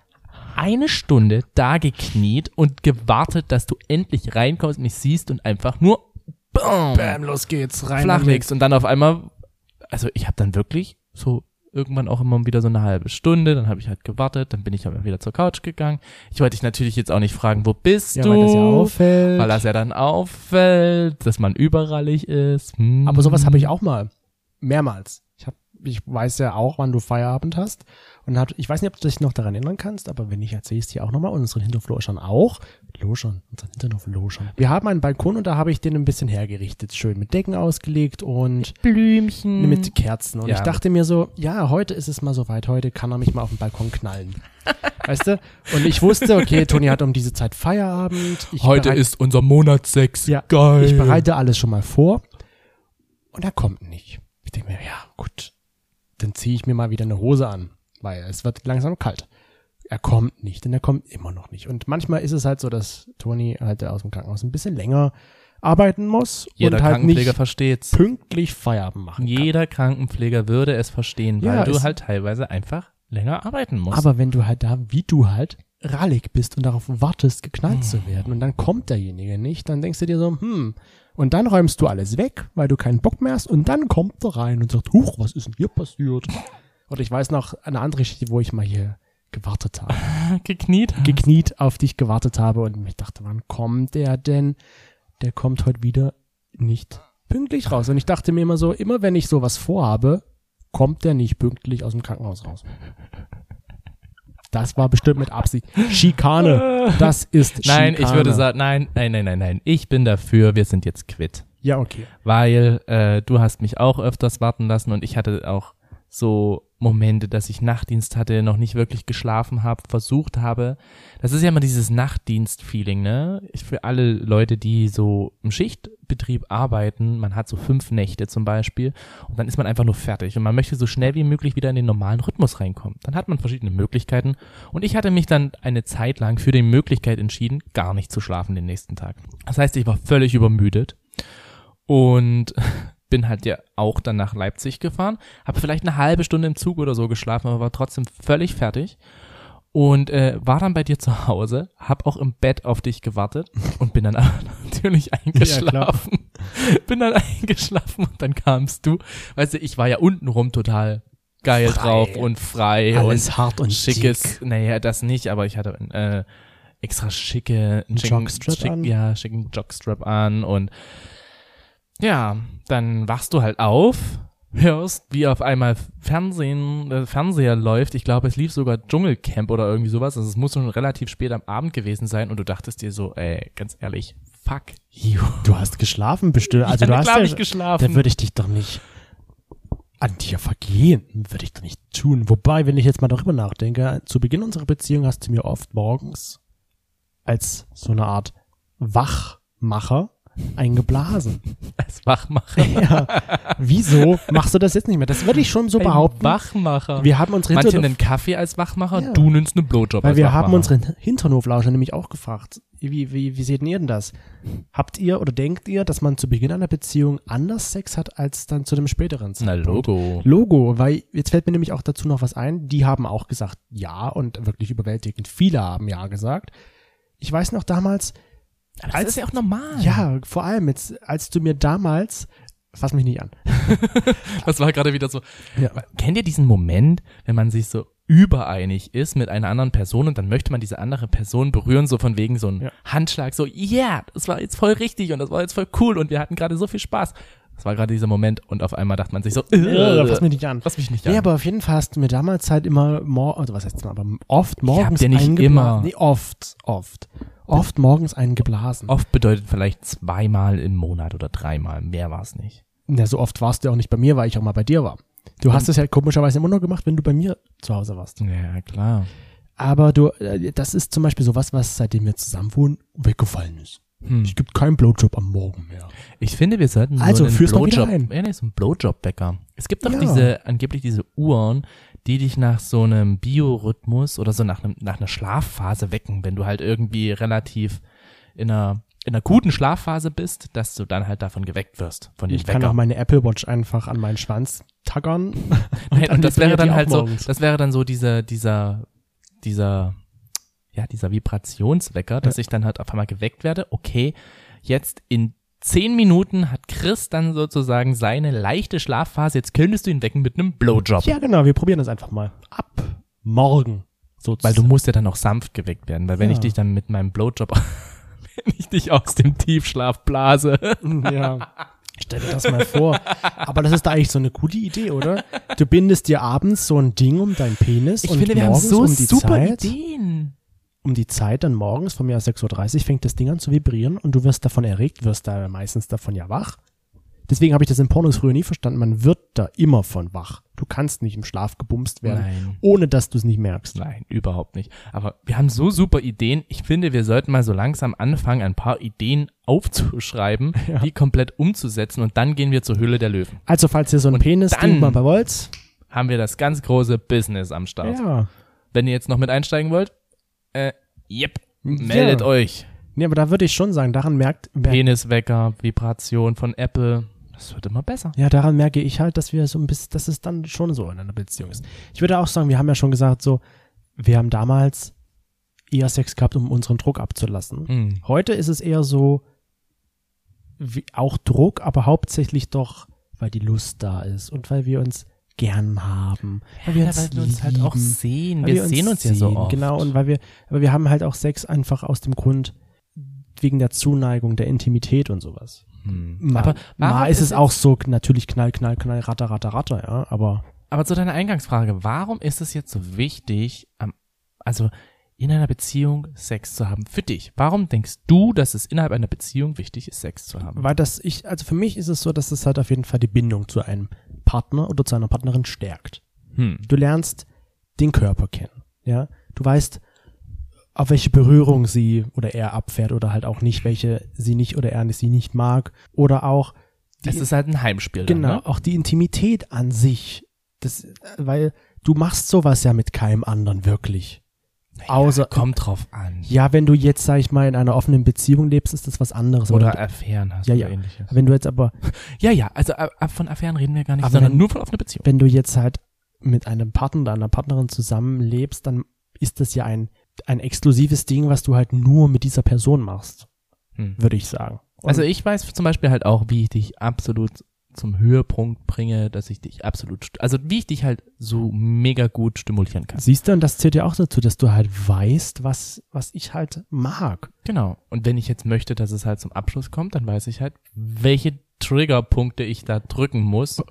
Speaker 3: eine Stunde da gekniet und gewartet, dass du endlich reinkommst, mich siehst und einfach nur BAM!
Speaker 1: Bam, los geht's, rein.
Speaker 3: flachlegst und dann auf einmal, also ich habe dann wirklich so irgendwann auch immer wieder so eine halbe Stunde, dann habe ich halt gewartet, dann bin ich aber wieder zur Couch gegangen. Ich wollte dich natürlich jetzt auch nicht fragen, wo bist
Speaker 1: Ja,
Speaker 3: du?
Speaker 1: weil das ja auffällt.
Speaker 3: Weil das ja dann auffällt, dass man überrallig ist. Hm.
Speaker 1: Aber sowas habe ich auch mal. Mehrmals. Ich habe ich weiß ja auch, wann du Feierabend hast. Und hat, ich weiß nicht, ob du dich noch daran erinnern kannst, aber wenn nicht, erzähle ich es dir auch nochmal. Unseren Hinterhof loschern auch. Loschern, unseren Hinterhof loschern. Wir haben einen Balkon und da habe ich den ein bisschen hergerichtet. Schön mit Decken ausgelegt und
Speaker 3: Blümchen.
Speaker 1: mit Kerzen. Und
Speaker 3: Mhm. Ja.
Speaker 1: ich dachte mir so, ja, heute ist es mal soweit, heute kann er mich mal auf den Balkon knallen. weißt du? Und ich wusste, okay, Toni hat um diese Zeit Feierabend. Ich
Speaker 3: Heute
Speaker 1: bereit-
Speaker 3: ist unser Monat 6.
Speaker 1: Ja,
Speaker 3: Geil.
Speaker 1: ich bereite alles schon mal vor und er kommt nicht. Ich denke mir, ja, gut, dann ziehe ich mir mal wieder eine Hose an, weil es wird langsam kalt. Er kommt nicht und er kommt immer noch nicht. Und manchmal ist es halt so, dass Toni halt aus dem Krankenhaus ein bisschen länger arbeiten muss
Speaker 3: Jeder
Speaker 1: und halt
Speaker 3: Krankenpfleger
Speaker 1: nicht
Speaker 3: versteht's.
Speaker 1: pünktlich Feierabend machen kann.
Speaker 3: Jeder Krankenpfleger würde es verstehen, weil
Speaker 1: Ja,
Speaker 3: du
Speaker 1: es-
Speaker 3: halt teilweise einfach länger arbeiten musst.
Speaker 1: Aber wenn du halt da, wie du halt, rallig bist und darauf wartest, geknallt zu werden und dann kommt derjenige nicht, dann denkst du dir so, hm, und dann räumst du alles weg, weil du keinen Bock mehr hast und dann kommt er rein und sagt, huch, was ist denn hier passiert? Oder ich weiß noch eine andere Geschichte, wo ich mal hier gewartet habe,
Speaker 3: gekniet.
Speaker 1: gekniet auf dich gewartet habe und ich dachte, wann kommt der denn? Der kommt heute wieder nicht pünktlich raus. Und ich dachte mir immer so, immer wenn ich sowas vorhabe, kommt der nicht pünktlich aus dem Krankenhaus raus. Das war bestimmt mit Absicht. Schikane. Das ist
Speaker 3: Nein,
Speaker 1: Schikane.
Speaker 3: ich würde sagen, nein, nein, nein, nein, nein. Ich bin dafür, wir sind jetzt quitt.
Speaker 1: Ja, okay.
Speaker 3: Weil äh, du hast mich auch öfters warten lassen und ich hatte auch so Momente, dass ich Nachtdienst hatte, noch nicht wirklich geschlafen habe, versucht habe. Das ist ja immer dieses Nachtdienst-Feeling, ne? Ich, für alle Leute, die so im Schichtbetrieb arbeiten, man hat so fünf Nächte zum Beispiel und dann ist man einfach nur fertig und man möchte so schnell wie möglich wieder in den normalen Rhythmus reinkommen. Dann hat man verschiedene Möglichkeiten und ich hatte mich dann eine Zeit lang für die Möglichkeit entschieden, gar nicht zu schlafen den nächsten Tag. Das heißt, ich war völlig übermüdet und bin halt ja auch dann nach Leipzig gefahren, habe vielleicht eine halbe Stunde im Zug oder so geschlafen, aber war trotzdem völlig fertig und äh, war dann bei dir zu Hause, hab auch im Bett auf dich gewartet und bin dann natürlich eingeschlafen. bin dann eingeschlafen und dann kamst du. Weißt du, ich war ja untenrum total geil
Speaker 1: Frei.
Speaker 3: drauf und frei und
Speaker 1: Alles hart und
Speaker 3: schickes,
Speaker 1: dick.
Speaker 3: naja, das nicht, aber ich hatte äh, extra schicke, einen schicken-
Speaker 1: Jockstrap
Speaker 3: schick,
Speaker 1: an?
Speaker 3: Ja, schicken Jockstrap an und ja, dann wachst du halt auf, hörst, wie auf einmal Fernsehen, äh, Fernseher läuft. Ich glaube, es lief sogar Dschungelcamp oder irgendwie sowas. Also es muss schon relativ spät am Abend gewesen sein und du dachtest dir so, ey, ganz ehrlich, fuck you.
Speaker 1: Du hast geschlafen bestimmt. Also
Speaker 3: ich
Speaker 1: du
Speaker 3: hatte,
Speaker 1: hast
Speaker 3: glaub
Speaker 1: ja,
Speaker 3: ich,
Speaker 1: Da
Speaker 3: geschlafen.
Speaker 1: würde ich dich doch nicht an dir vergehen. Würde ich doch nicht tun. Wobei, wenn ich jetzt mal darüber nachdenke, zu Beginn unserer Beziehung hast du mir oft morgens als so eine Art Wachmacher eingeblasen.
Speaker 3: Als Wachmacher.
Speaker 1: ja. Wieso machst du das jetzt nicht mehr? Das würde ich schon so behaupten.
Speaker 3: Ein Wachmacher.
Speaker 1: Wir haben unsere
Speaker 3: Manche
Speaker 1: Hinterhof,
Speaker 3: nennen Kaffee als Wachmacher,
Speaker 1: Ja.
Speaker 3: du nimmst einen Blowjob
Speaker 1: weil
Speaker 3: als
Speaker 1: wir haben
Speaker 3: Wachmacher.
Speaker 1: unseren Hinternhoflauscher nämlich auch gefragt. Wie, wie, wie seht denn ihr denn das? Habt ihr oder denkt ihr, dass man zu Beginn einer Beziehung anders Sex hat als dann zu dem späteren
Speaker 3: Na,
Speaker 1: Zeitpunkt?
Speaker 3: Logo.
Speaker 1: Logo, weil jetzt fällt mir nämlich auch dazu noch was ein. Die haben auch gesagt ja und wirklich überwältigend viele haben ja gesagt. Ich weiß noch damals,
Speaker 3: Aber
Speaker 1: Als-
Speaker 3: ja auch normal.
Speaker 1: ja, vor allem jetzt, als du mir damals, fass mich nicht an.
Speaker 3: Das war gerade wieder so.
Speaker 1: Ja.
Speaker 3: Kennt ihr diesen Moment, wenn man sich so übereinig ist mit einer anderen Person und dann möchte man diese andere Person berühren, so von wegen so ein
Speaker 1: Ja.
Speaker 3: Handschlag, so, yeah, das war jetzt voll richtig und das war jetzt voll cool und wir hatten gerade so viel Spaß. Das war gerade dieser Moment und auf einmal dachte man sich so, äh,
Speaker 1: fass mich nicht an.
Speaker 3: lass mich nicht
Speaker 1: Ja,
Speaker 3: an.
Speaker 1: aber auf jeden Fall hast du mir damals halt immer, mor also was heißt immer, aber oft morgens
Speaker 3: ja nicht
Speaker 1: eingeblasen.
Speaker 3: immer.
Speaker 1: Nee, oft, oft. Oft morgens einen geblasen.
Speaker 3: Oft bedeutet vielleicht zweimal im Monat oder dreimal, mehr war es nicht.
Speaker 1: Na, so oft warst du ja auch nicht bei mir, weil ich auch mal bei dir war. Du hast es ja halt komischerweise immer nur gemacht, wenn du bei mir zu Hause warst.
Speaker 3: Ja, klar.
Speaker 1: Aber du, äh, das ist zum Beispiel sowas, was seitdem wir zusammen wohnen, weggefallen ist.
Speaker 3: Hm.
Speaker 1: Es gibt keinen Blowjob am Morgen mehr.
Speaker 3: Ich finde, wir sollten
Speaker 1: Also,
Speaker 3: so einen
Speaker 1: führ's doch wieder
Speaker 3: Blowjob,
Speaker 1: ein.
Speaker 3: ja, nee, so einen Blowjob-Bäcker. Es gibt doch
Speaker 1: Ja.
Speaker 3: diese, angeblich diese Uhren, die dich nach so einem Biorhythmus oder so nach, einem, nach einer Schlafphase wecken, wenn du halt irgendwie relativ in einer, in einer guten Schlafphase bist, dass du dann halt davon geweckt wirst, von dem
Speaker 1: Ich kann
Speaker 3: Wecker.
Speaker 1: auch meine Apple Watch einfach an meinen Schwanz tackern.
Speaker 3: Nein,
Speaker 1: dann
Speaker 3: und
Speaker 1: vibriert
Speaker 3: das wäre dann
Speaker 1: die auch
Speaker 3: halt so,
Speaker 1: morgens.
Speaker 3: das wäre dann so dieser, dieser, dieser, ja, dieser Vibrationswecker, dass ich dann halt auf einmal geweckt werde. Okay, jetzt in zehn Minuten hat Chris dann sozusagen seine leichte Schlafphase. Jetzt könntest du ihn wecken mit einem Blowjob.
Speaker 1: Ja, genau, wir probieren das einfach mal. Ab morgen. So
Speaker 3: Weil du musst ja dann auch sanft geweckt werden, weil wenn
Speaker 1: Ja.
Speaker 3: ich dich dann mit meinem Blowjob, wenn ich dich aus dem Tiefschlaf blase,
Speaker 1: ja. Stell dir das mal vor. Aber das ist da eigentlich so eine gute Idee, oder? Du bindest dir abends so ein Ding um deinen Penis
Speaker 3: Ich
Speaker 1: und
Speaker 3: finde, wir haben
Speaker 1: morgens
Speaker 3: so
Speaker 1: um die
Speaker 3: super
Speaker 1: Zeit,
Speaker 3: Ideen.
Speaker 1: um die Zeit dann morgens von mir aus 6.30 Uhr fängt das Ding an zu vibrieren und du wirst davon erregt, wirst da meistens davon ja wach. Deswegen habe ich das in Pornos früher nie verstanden. Man wird da immer von wach. Du kannst nicht im Schlaf gebumst werden,
Speaker 3: Nein.
Speaker 1: ohne dass du es nicht merkst.
Speaker 3: Nein, überhaupt nicht. Aber wir haben so super Ideen. Ich finde, wir sollten mal so langsam anfangen, ein paar Ideen aufzuschreiben, die komplett umzusetzen und dann gehen wir zur Höhle der Löwen.
Speaker 1: Also falls ihr so einen
Speaker 3: Und
Speaker 1: Penis
Speaker 3: dann-
Speaker 1: Ding mal bei Wolz.
Speaker 3: Haben wir das ganz große Business am Start.
Speaker 1: Ja.
Speaker 3: Wenn ihr jetzt noch mit einsteigen wollt, äh, yep, meldet
Speaker 1: Ja.
Speaker 3: euch.
Speaker 1: Nee, aber da würde ich schon sagen, daran merkt, merkt
Speaker 3: Peniswecker, Vibration von Apple. Das wird immer besser.
Speaker 1: Ja, daran merke ich halt, dass wir so ein bisschen, dass es dann schon so in einer Beziehung ist. Ich würde auch sagen, wir haben ja schon gesagt, so, wir haben damals eher Sex gehabt, um unseren Druck abzulassen.
Speaker 3: Hm.
Speaker 1: Heute ist es eher so, wie, auch Druck, aber hauptsächlich doch, weil die Lust da ist und weil wir uns gern haben. Weil wir
Speaker 3: Ja,
Speaker 1: uns,
Speaker 3: weil wir
Speaker 1: lieben,
Speaker 3: uns halt auch sehen.
Speaker 1: weil
Speaker 3: Wir, sehen uns ja so
Speaker 1: sehen,
Speaker 3: oft.
Speaker 1: Genau, und weil wir, aber wir haben halt auch Sex einfach aus dem Grund, wegen der Zuneigung, der Intimität und sowas.
Speaker 3: Hm.
Speaker 1: Ma,
Speaker 3: Aber
Speaker 1: aber ma
Speaker 3: warum
Speaker 1: ist es
Speaker 3: ist
Speaker 1: auch so natürlich knall, knall, knall, ratter, ratter, ratter, ja. Aber
Speaker 3: Aber zu deiner Eingangsfrage, warum ist es jetzt so wichtig, am- also in einer Beziehung Sex zu haben für dich? Warum denkst du, dass es innerhalb einer Beziehung wichtig ist, Sex zu haben?
Speaker 1: weil das ich, also für mich ist es so, dass es halt auf jeden Fall die Bindung zu einem Partner oder zu einer Partnerin stärkt.
Speaker 3: Hm.
Speaker 1: Du lernst den Körper kennen, ja. Du weißt, auf welche Berührung sie oder er abfährt oder halt auch nicht, welche sie nicht oder er sie nicht mag. Oder auch die
Speaker 3: Es ist halt ein Heimspiel.
Speaker 1: Genau,
Speaker 3: Dann, ne?
Speaker 1: auch die Intimität an sich. Das, äh, weil du machst sowas ja mit keinem anderen wirklich. Außer,
Speaker 3: Kommt drauf an.
Speaker 1: ja, wenn du jetzt, sag ich mal, in einer offenen Beziehung lebst, ist das was anderes.
Speaker 3: Oder
Speaker 1: Aber
Speaker 3: Affären hast
Speaker 1: Ja,
Speaker 3: du
Speaker 1: ja.
Speaker 3: ähnliches.
Speaker 1: wenn du jetzt aber,
Speaker 3: Ja, ja, also ab, ab von Affären reden wir gar nicht,
Speaker 1: Aber
Speaker 3: sondern
Speaker 1: wenn-
Speaker 3: nur von offener Beziehung.
Speaker 1: wenn du jetzt halt mit einem Partner oder einer Partnerin zusammenlebst, dann ist das ja ein, ein exklusives Ding, was du halt nur mit dieser Person machst,
Speaker 3: Hm.
Speaker 1: würde ich sagen. Und-
Speaker 3: Also ich weiß zum Beispiel halt auch, wie ich dich absolut zum Höhepunkt bringe, dass ich dich absolut, st- also wie ich dich halt so mega gut stimulieren kann.
Speaker 1: siehst du, und das zählt ja auch dazu, dass du halt weißt, was, was ich halt mag.
Speaker 3: Genau. Und wenn ich jetzt möchte, dass es halt zum Abschluss kommt, dann weiß ich halt, welche Triggerpunkte ich da drücken muss.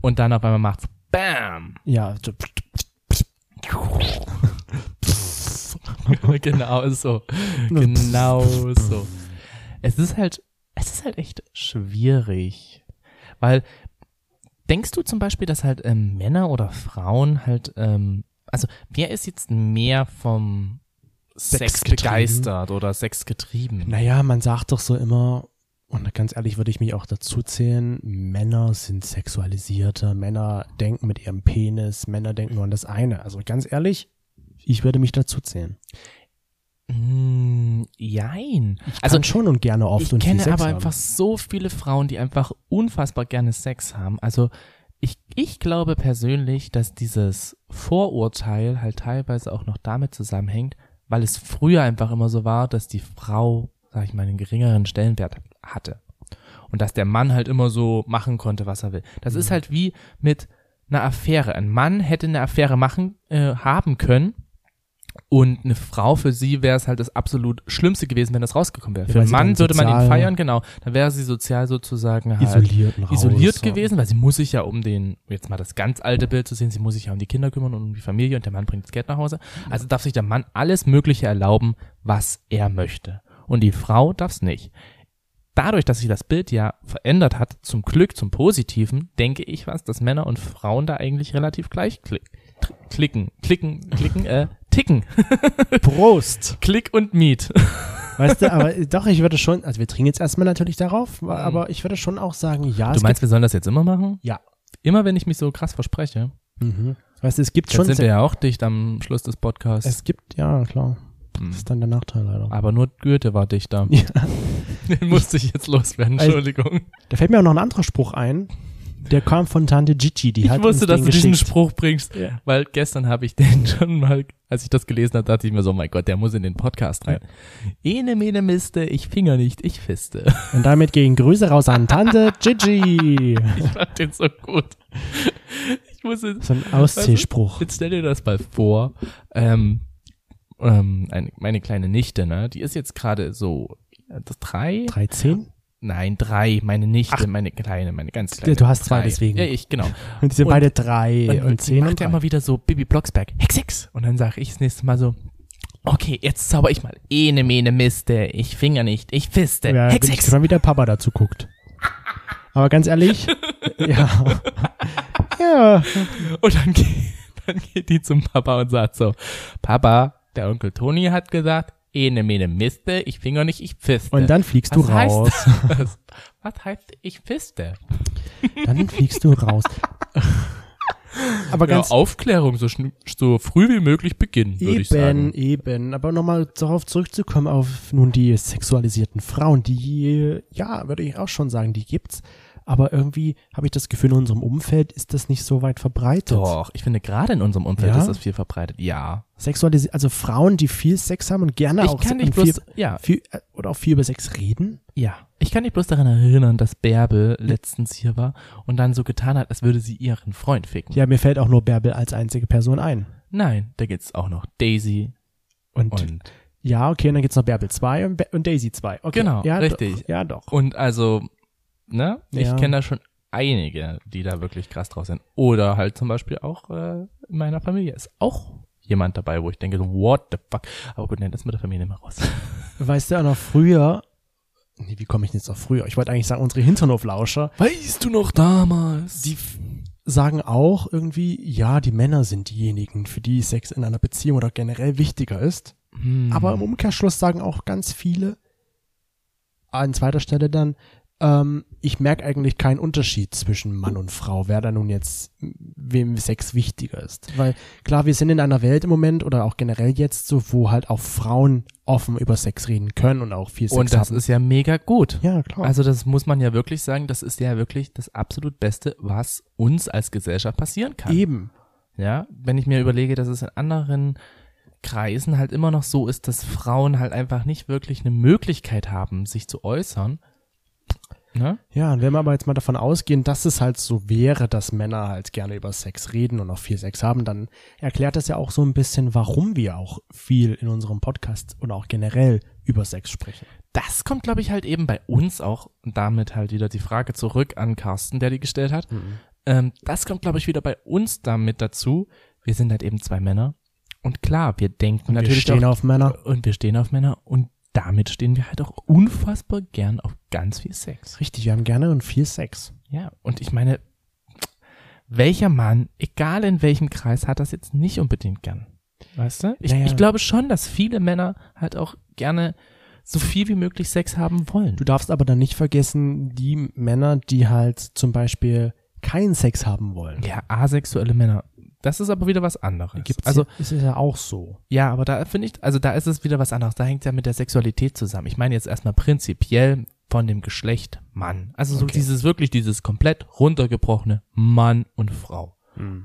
Speaker 3: Und dann auf einmal macht's BAM!
Speaker 1: Ja, so-
Speaker 3: genau so. Genau so. Es ist halt, es ist halt echt schwierig. Weil, denkst du zum Beispiel, dass halt ähm, Männer oder Frauen halt, ähm, also wer ist jetzt mehr vom Sex,
Speaker 1: Sex getrieben.
Speaker 3: begeistert oder Sex getrieben?
Speaker 1: Naja, man sagt doch so immer, und ganz ehrlich würde ich mich auch dazu zählen, Männer sind sexualisierter, Männer denken mit ihrem Penis, Männer denken nur an das eine. Also ganz ehrlich, ich würde mich dazu zählen.
Speaker 3: Hm, jein.
Speaker 1: Also Kann schon und gerne oft
Speaker 3: ich
Speaker 1: und
Speaker 3: kenne
Speaker 1: viel Sex
Speaker 3: aber
Speaker 1: haben.
Speaker 3: einfach so viele Frauen, die einfach unfassbar gerne Sex haben. Also ich, ich glaube persönlich, dass dieses Vorurteil halt teilweise auch noch damit zusammenhängt, weil es früher einfach immer so war, dass die Frau, sag ich mal, einen geringeren Stellenwert hatte. Und dass der Mann halt immer so machen konnte, was er will. Das
Speaker 1: Mhm.
Speaker 3: ist halt wie mit einer Affäre. Ein Mann hätte eine Affäre machen, äh, haben können. Und eine Frau für sie wäre es halt das absolut Schlimmste gewesen, wenn das rausgekommen wäre.
Speaker 1: Ja,
Speaker 3: Für
Speaker 1: weil
Speaker 3: einen
Speaker 1: sie
Speaker 3: Mann
Speaker 1: dann
Speaker 3: würde man ihn
Speaker 1: sozial-
Speaker 3: feiern, genau. Dann wäre sie sozial sozusagen halt
Speaker 1: Ah, isoliert, raus,
Speaker 3: isoliert
Speaker 1: ja.
Speaker 3: gewesen, weil sie muss sich ja um den, jetzt mal das ganz alte Bild zu sehen, sie muss sich ja um die Kinder kümmern und um die Familie und der Mann bringt das Geld nach Hause. Also darf sich der Mann alles Mögliche erlauben, was er möchte. Und die Frau darf's nicht. Dadurch, dass sich das Bild ja verändert hat, zum Glück, zum Positiven, denke ich was, dass Männer und Frauen da eigentlich relativ gleich klick, tr- klicken, klicken, klicken, äh, ticken.
Speaker 1: Prost!
Speaker 3: Klick und Miet.
Speaker 1: Ah, Weißt du, aber äh, doch, ich würde schon, also wir trinken jetzt erstmal natürlich darauf, aber ich würde schon auch sagen, ja,
Speaker 3: Mhm. Du
Speaker 1: es
Speaker 3: meinst, wir sollen das jetzt immer machen?
Speaker 1: gibt, ja.
Speaker 3: Immer wenn ich mich so krass verspreche,
Speaker 1: Mhm. Weißt du, es gibt
Speaker 3: dann
Speaker 1: schon,
Speaker 3: sind wir
Speaker 1: Se-
Speaker 3: ja auch dicht am Schluss des Podcasts.
Speaker 1: es gibt, ja, klar.
Speaker 3: Hm.
Speaker 1: Das ist dann der Nachteil leider.
Speaker 3: Aber nur Goethe war dichter.
Speaker 1: Ja.
Speaker 3: Den musste ich jetzt loswerden,
Speaker 1: Also-
Speaker 3: Entschuldigung.
Speaker 1: Da fällt mir auch noch ein anderer Spruch ein. Der kam von Tante Gigi, die hat
Speaker 3: ich wusste,
Speaker 1: uns
Speaker 3: dass
Speaker 1: den
Speaker 3: du diesen
Speaker 1: geschickt.
Speaker 3: Spruch bringst,
Speaker 1: Ja.
Speaker 3: weil gestern habe ich den schon mal, als ich das gelesen habe, dachte ich mir so, mein Gott, der muss in den Podcast rein. Ene, mene, miste, ich finger nicht, ich fiste.
Speaker 1: Und damit gehen Grüße raus an Tante Gigi.
Speaker 3: Ich fand den so gut. Ich musste,
Speaker 1: So ein Ausziehspruch.
Speaker 3: jetzt stell dir das mal vor, ähm, ähm, eine, meine kleine Nichte, ne, die ist jetzt gerade so äh, drei,
Speaker 1: 13?
Speaker 3: Nein, drei, meine Nichte,
Speaker 1: Ach.
Speaker 3: meine kleine, meine ganz kleine.
Speaker 1: Du hast zwei,
Speaker 3: Drei.
Speaker 1: deswegen.
Speaker 3: Ja, ich, genau.
Speaker 1: Und die sind
Speaker 3: Und-
Speaker 1: beide drei und,
Speaker 3: Und, und sie
Speaker 1: zehn E und
Speaker 3: macht ja
Speaker 1: drei.
Speaker 3: immer wieder so Bibi Blocksberg, Hex, Hex. Und dann sage ich das nächste Mal so, okay, jetzt zauber ich mal. Ene, mene, miste, ich finger nicht, ich fiste,
Speaker 1: ja,
Speaker 3: Hex,
Speaker 1: bin ich
Speaker 3: Hex.
Speaker 1: gespannt, wie der Papa dazu guckt. Aber ganz ehrlich, ja. ja.
Speaker 3: Und dann geht, dann geht die zum Papa und sagt so, Papa, der Onkel Toni hat gesagt, ene, mene, miste, ich finger nicht, ich fiste.
Speaker 1: Und dann fliegst
Speaker 3: was
Speaker 1: du raus.
Speaker 3: Heißt das? Was heißt ich fiste?
Speaker 1: Dann fliegst du raus. Aber
Speaker 3: Ja,
Speaker 1: ganz
Speaker 3: Aufklärung so, schn- so früh wie möglich beginnen, würde ich
Speaker 1: Eben,
Speaker 3: sagen.
Speaker 1: eben. Aber nochmal darauf zurückzukommen, auf nun die sexualisierten Frauen, die, ja, würde ich auch schon sagen, die gibt's. Aber irgendwie habe ich das Gefühl, in unserem Umfeld ist das nicht so weit verbreitet.
Speaker 3: Doch, ich finde gerade in unserem Umfeld
Speaker 1: Ja?
Speaker 3: ist das viel verbreitet. Ja.
Speaker 1: Sexualis also Frauen, die viel Sex haben und gerne
Speaker 3: Ich
Speaker 1: auch
Speaker 3: kann
Speaker 1: und
Speaker 3: dich
Speaker 1: viel,
Speaker 3: bloß, ja,
Speaker 1: viel, äh, oder auch viel über Sex reden.
Speaker 3: ja. Ich kann dich bloß daran erinnern, dass Bärbel letztens hier war und dann so getan hat, als würde sie ihren Freund ficken.
Speaker 1: Ja, mir fällt auch nur Bärbel als einzige Person ein.
Speaker 3: Nein, da gibt's auch noch Daisy
Speaker 1: Und,
Speaker 3: und
Speaker 1: ja, okay, und dann gibt's noch Bärbel 2 und, Bä- und Daisy 2. Okay,
Speaker 3: Genau,
Speaker 1: ja,
Speaker 3: richtig.
Speaker 1: Doch, ja, doch.
Speaker 3: Und also, ne? Ich
Speaker 1: Ja.
Speaker 3: kenne da schon einige, die da wirklich krass drauf sind. Oder halt zum Beispiel auch äh, in meiner Familie ist auch jemand dabei, wo ich denke, so, what the fuck? Aber gut, ne, das mit der Familie mal raus.
Speaker 1: Weißt du auch noch früher, nee, wie komme ich denn jetzt auf früher? Ich wollte eigentlich sagen, unsere Hinternhoflauscher,
Speaker 3: Weißt du noch damals? Die f-
Speaker 1: sagen auch irgendwie, ja, die Männer sind diejenigen, für die Sex in einer Beziehung oder generell wichtiger ist.
Speaker 3: hm.
Speaker 1: Aber im Umkehrschluss sagen auch ganz viele an zweiter Stelle dann, ähm, ich merke eigentlich keinen Unterschied zwischen Mann und Frau, wer da nun jetzt, wem Sex wichtiger ist. Weil klar, wir sind in einer Welt im Moment oder auch generell jetzt so, wo halt auch Frauen offen über Sex reden können und auch viel Sex
Speaker 3: Und das
Speaker 1: haben.
Speaker 3: ist ja mega gut.
Speaker 1: ja, klar.
Speaker 3: Also das muss man ja wirklich sagen, das ist ja wirklich das absolut Beste, was uns als Gesellschaft passieren kann.
Speaker 1: Eben.
Speaker 3: Ja, wenn ich mir überlege, dass es in anderen Kreisen halt immer noch so ist, dass Frauen halt einfach nicht wirklich eine Möglichkeit haben, sich zu äußern. Ne?
Speaker 1: Ja, und wenn wir aber jetzt mal davon ausgehen, dass es halt so wäre, dass Männer halt gerne über Sex reden und auch viel Sex haben, dann erklärt das ja auch so ein bisschen, warum wir auch viel in unserem Podcast und auch generell über Sex sprechen.
Speaker 3: Das kommt, glaube ich, halt eben bei uns auch, und damit halt wieder die Frage zurück an Carsten, der die gestellt hat.
Speaker 1: Mhm.
Speaker 3: Ähm, das kommt, glaube ich, wieder bei uns damit dazu. Wir sind halt eben zwei Männer. Und klar, wir denken
Speaker 1: Und wir
Speaker 3: natürlich
Speaker 1: stehen
Speaker 3: auch,
Speaker 1: auf Männer.
Speaker 3: und wir stehen auf Männer und damit stehen wir halt auch unfassbar gern auf ganz viel Sex.
Speaker 1: Richtig, wir haben gerne und viel Sex.
Speaker 3: Ja, und ich meine, welcher Mann, egal in welchem Kreis, hat das jetzt nicht unbedingt gern? Weißt du? Ich,
Speaker 1: Naja.
Speaker 3: ich glaube schon, dass viele Männer halt auch gerne so viel wie möglich Sex haben wollen.
Speaker 1: Du darfst aber dann nicht vergessen, die Männer, die halt zum Beispiel keinen Sex haben wollen.
Speaker 3: Ja, asexuelle Männer. Das ist aber wieder was anderes.
Speaker 1: Gibt's
Speaker 3: also,
Speaker 1: also, es ist ja auch so.
Speaker 3: ja, aber da finde ich, also da ist es wieder was anderes. Da hängt ja mit der Sexualität zusammen. Ich meine jetzt erstmal prinzipiell von dem Geschlecht Mann. Also so
Speaker 1: Okay.
Speaker 3: dieses wirklich, dieses komplett runtergebrochene Mann und Frau.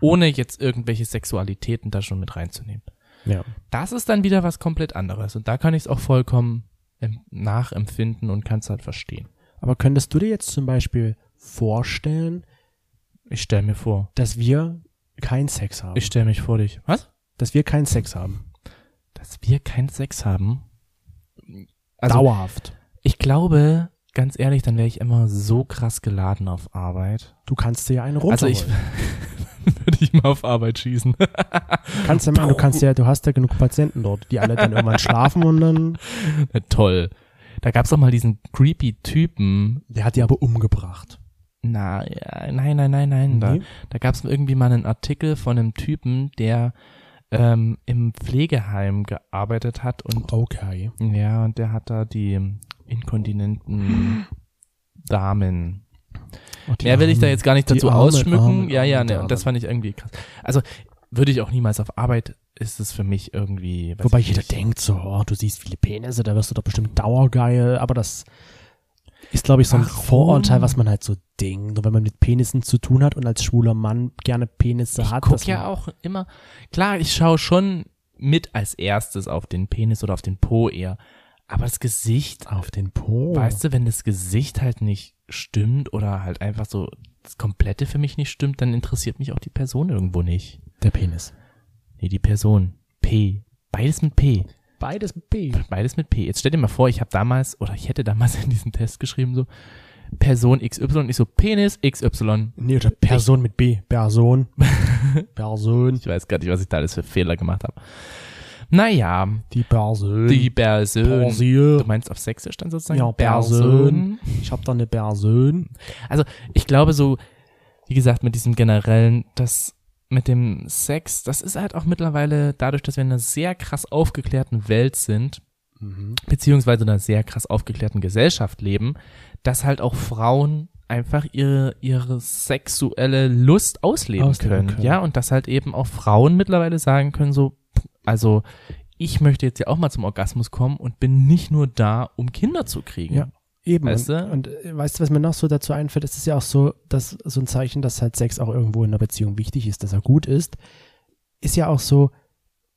Speaker 3: Ohne jetzt irgendwelche Sexualitäten da schon mit reinzunehmen.
Speaker 1: Ja.
Speaker 3: das ist dann wieder was komplett anderes. Und da kann ich es auch vollkommen ähm, nachempfinden und kann es halt verstehen.
Speaker 1: Aber könntest du dir jetzt zum Beispiel vorstellen,
Speaker 3: Ich stelle mir vor.
Speaker 1: dass wir keinen Sex haben?
Speaker 3: Ich stelle mich vor dich. Was?
Speaker 1: dass wir keinen Sex haben?
Speaker 3: Dass wir keinen Sex haben. Also,
Speaker 1: Dauerhaft.
Speaker 3: ich glaube, ganz ehrlich, dann wäre ich immer so krass geladen auf Arbeit.
Speaker 1: Du kannst dir ja einen
Speaker 3: Also
Speaker 1: runterholen.
Speaker 3: ich würde ich mal auf Arbeit schießen.
Speaker 1: kannst ja, machen, du kannst ja, du hast ja genug Patienten dort, die alle dann irgendwann schlafen und dann.
Speaker 3: Na, Toll. Da gab's doch mal diesen creepy Typen.
Speaker 1: Der hat die aber umgebracht.
Speaker 3: Na, ja, nein, nein, nein, nein. Da,
Speaker 1: Nee.
Speaker 3: Da gab es irgendwie mal einen Artikel von einem Typen, der ähm, im Pflegeheim gearbeitet hat und
Speaker 1: Okay.
Speaker 3: ja, und der hat da die inkontinenten Damen.
Speaker 1: Und die
Speaker 3: Mehr will ich da
Speaker 1: armen-
Speaker 3: jetzt gar nicht
Speaker 1: die
Speaker 3: dazu
Speaker 1: armen,
Speaker 3: ausschmücken.
Speaker 1: armen,
Speaker 3: ja, ja,
Speaker 1: armen
Speaker 3: ne, und das
Speaker 1: Damen.
Speaker 3: fand ich irgendwie krass. Also würde ich auch niemals auf Arbeit ist es für mich irgendwie. weiß
Speaker 1: Wobei
Speaker 3: ich
Speaker 1: jeder
Speaker 3: nicht.
Speaker 1: denkt so, oh, du siehst viele Penisse, da wirst du doch bestimmt dauergeil, aber das ist, glaube ich, so ein
Speaker 3: Warum?
Speaker 1: Vorurteil, was man halt so denkt. Und wenn man mit Penissen zu tun hat und als schwuler Mann gerne Penisse
Speaker 3: Ich
Speaker 1: hat,
Speaker 3: guck
Speaker 1: dass
Speaker 3: ja
Speaker 1: man-
Speaker 3: auch immer. Klar, ich schaue schon mit als erstes auf den Penis oder auf den Po eher. Aber das Gesicht
Speaker 1: auf den Po.
Speaker 3: Weißt du, wenn das Gesicht halt nicht stimmt oder halt einfach so das Komplette für mich nicht stimmt, dann interessiert mich auch die Person irgendwo nicht.
Speaker 1: der Penis.
Speaker 3: Nee, die Person. P. Beides mit P.
Speaker 1: Beides mit B.
Speaker 3: Beides mit P. Jetzt stell dir mal vor, ich habe damals, oder ich hätte damals in diesem Test geschrieben, so Person XY, ich so Penis XY.
Speaker 1: Nee, oder Person mit B. Person. Person.
Speaker 3: Ich weiß gar nicht, was ich da alles für Fehler gemacht habe. Naja,
Speaker 1: Die Person.
Speaker 3: die Person. Du
Speaker 1: Person.
Speaker 3: meinst auf Sächsisch dann sozusagen?
Speaker 1: Ja, Person. Ich hab da eine Person.
Speaker 3: Also ich glaube so, wie gesagt, mit diesem generellen, das mit dem Sex, das ist halt auch mittlerweile dadurch, dass wir in einer sehr krass aufgeklärten Welt sind,
Speaker 1: Mhm.
Speaker 3: beziehungsweise in einer sehr krass aufgeklärten Gesellschaft leben, dass halt auch Frauen einfach ihre, ihre sexuelle Lust ausleben,
Speaker 1: Ausleben
Speaker 3: können,
Speaker 1: können.
Speaker 3: Ja, und dass halt eben auch Frauen mittlerweile sagen können, so, also ich möchte jetzt ja auch mal zum Orgasmus kommen und bin nicht nur da, um Kinder zu kriegen.
Speaker 1: Ja. Eben.
Speaker 3: Weißt du?
Speaker 1: und, und äh, weißt du, was mir noch so dazu einfällt? Es ist ja auch so, dass so ein Zeichen, dass halt Sex auch irgendwo in einer Beziehung wichtig ist, dass er gut ist, ist ja auch so,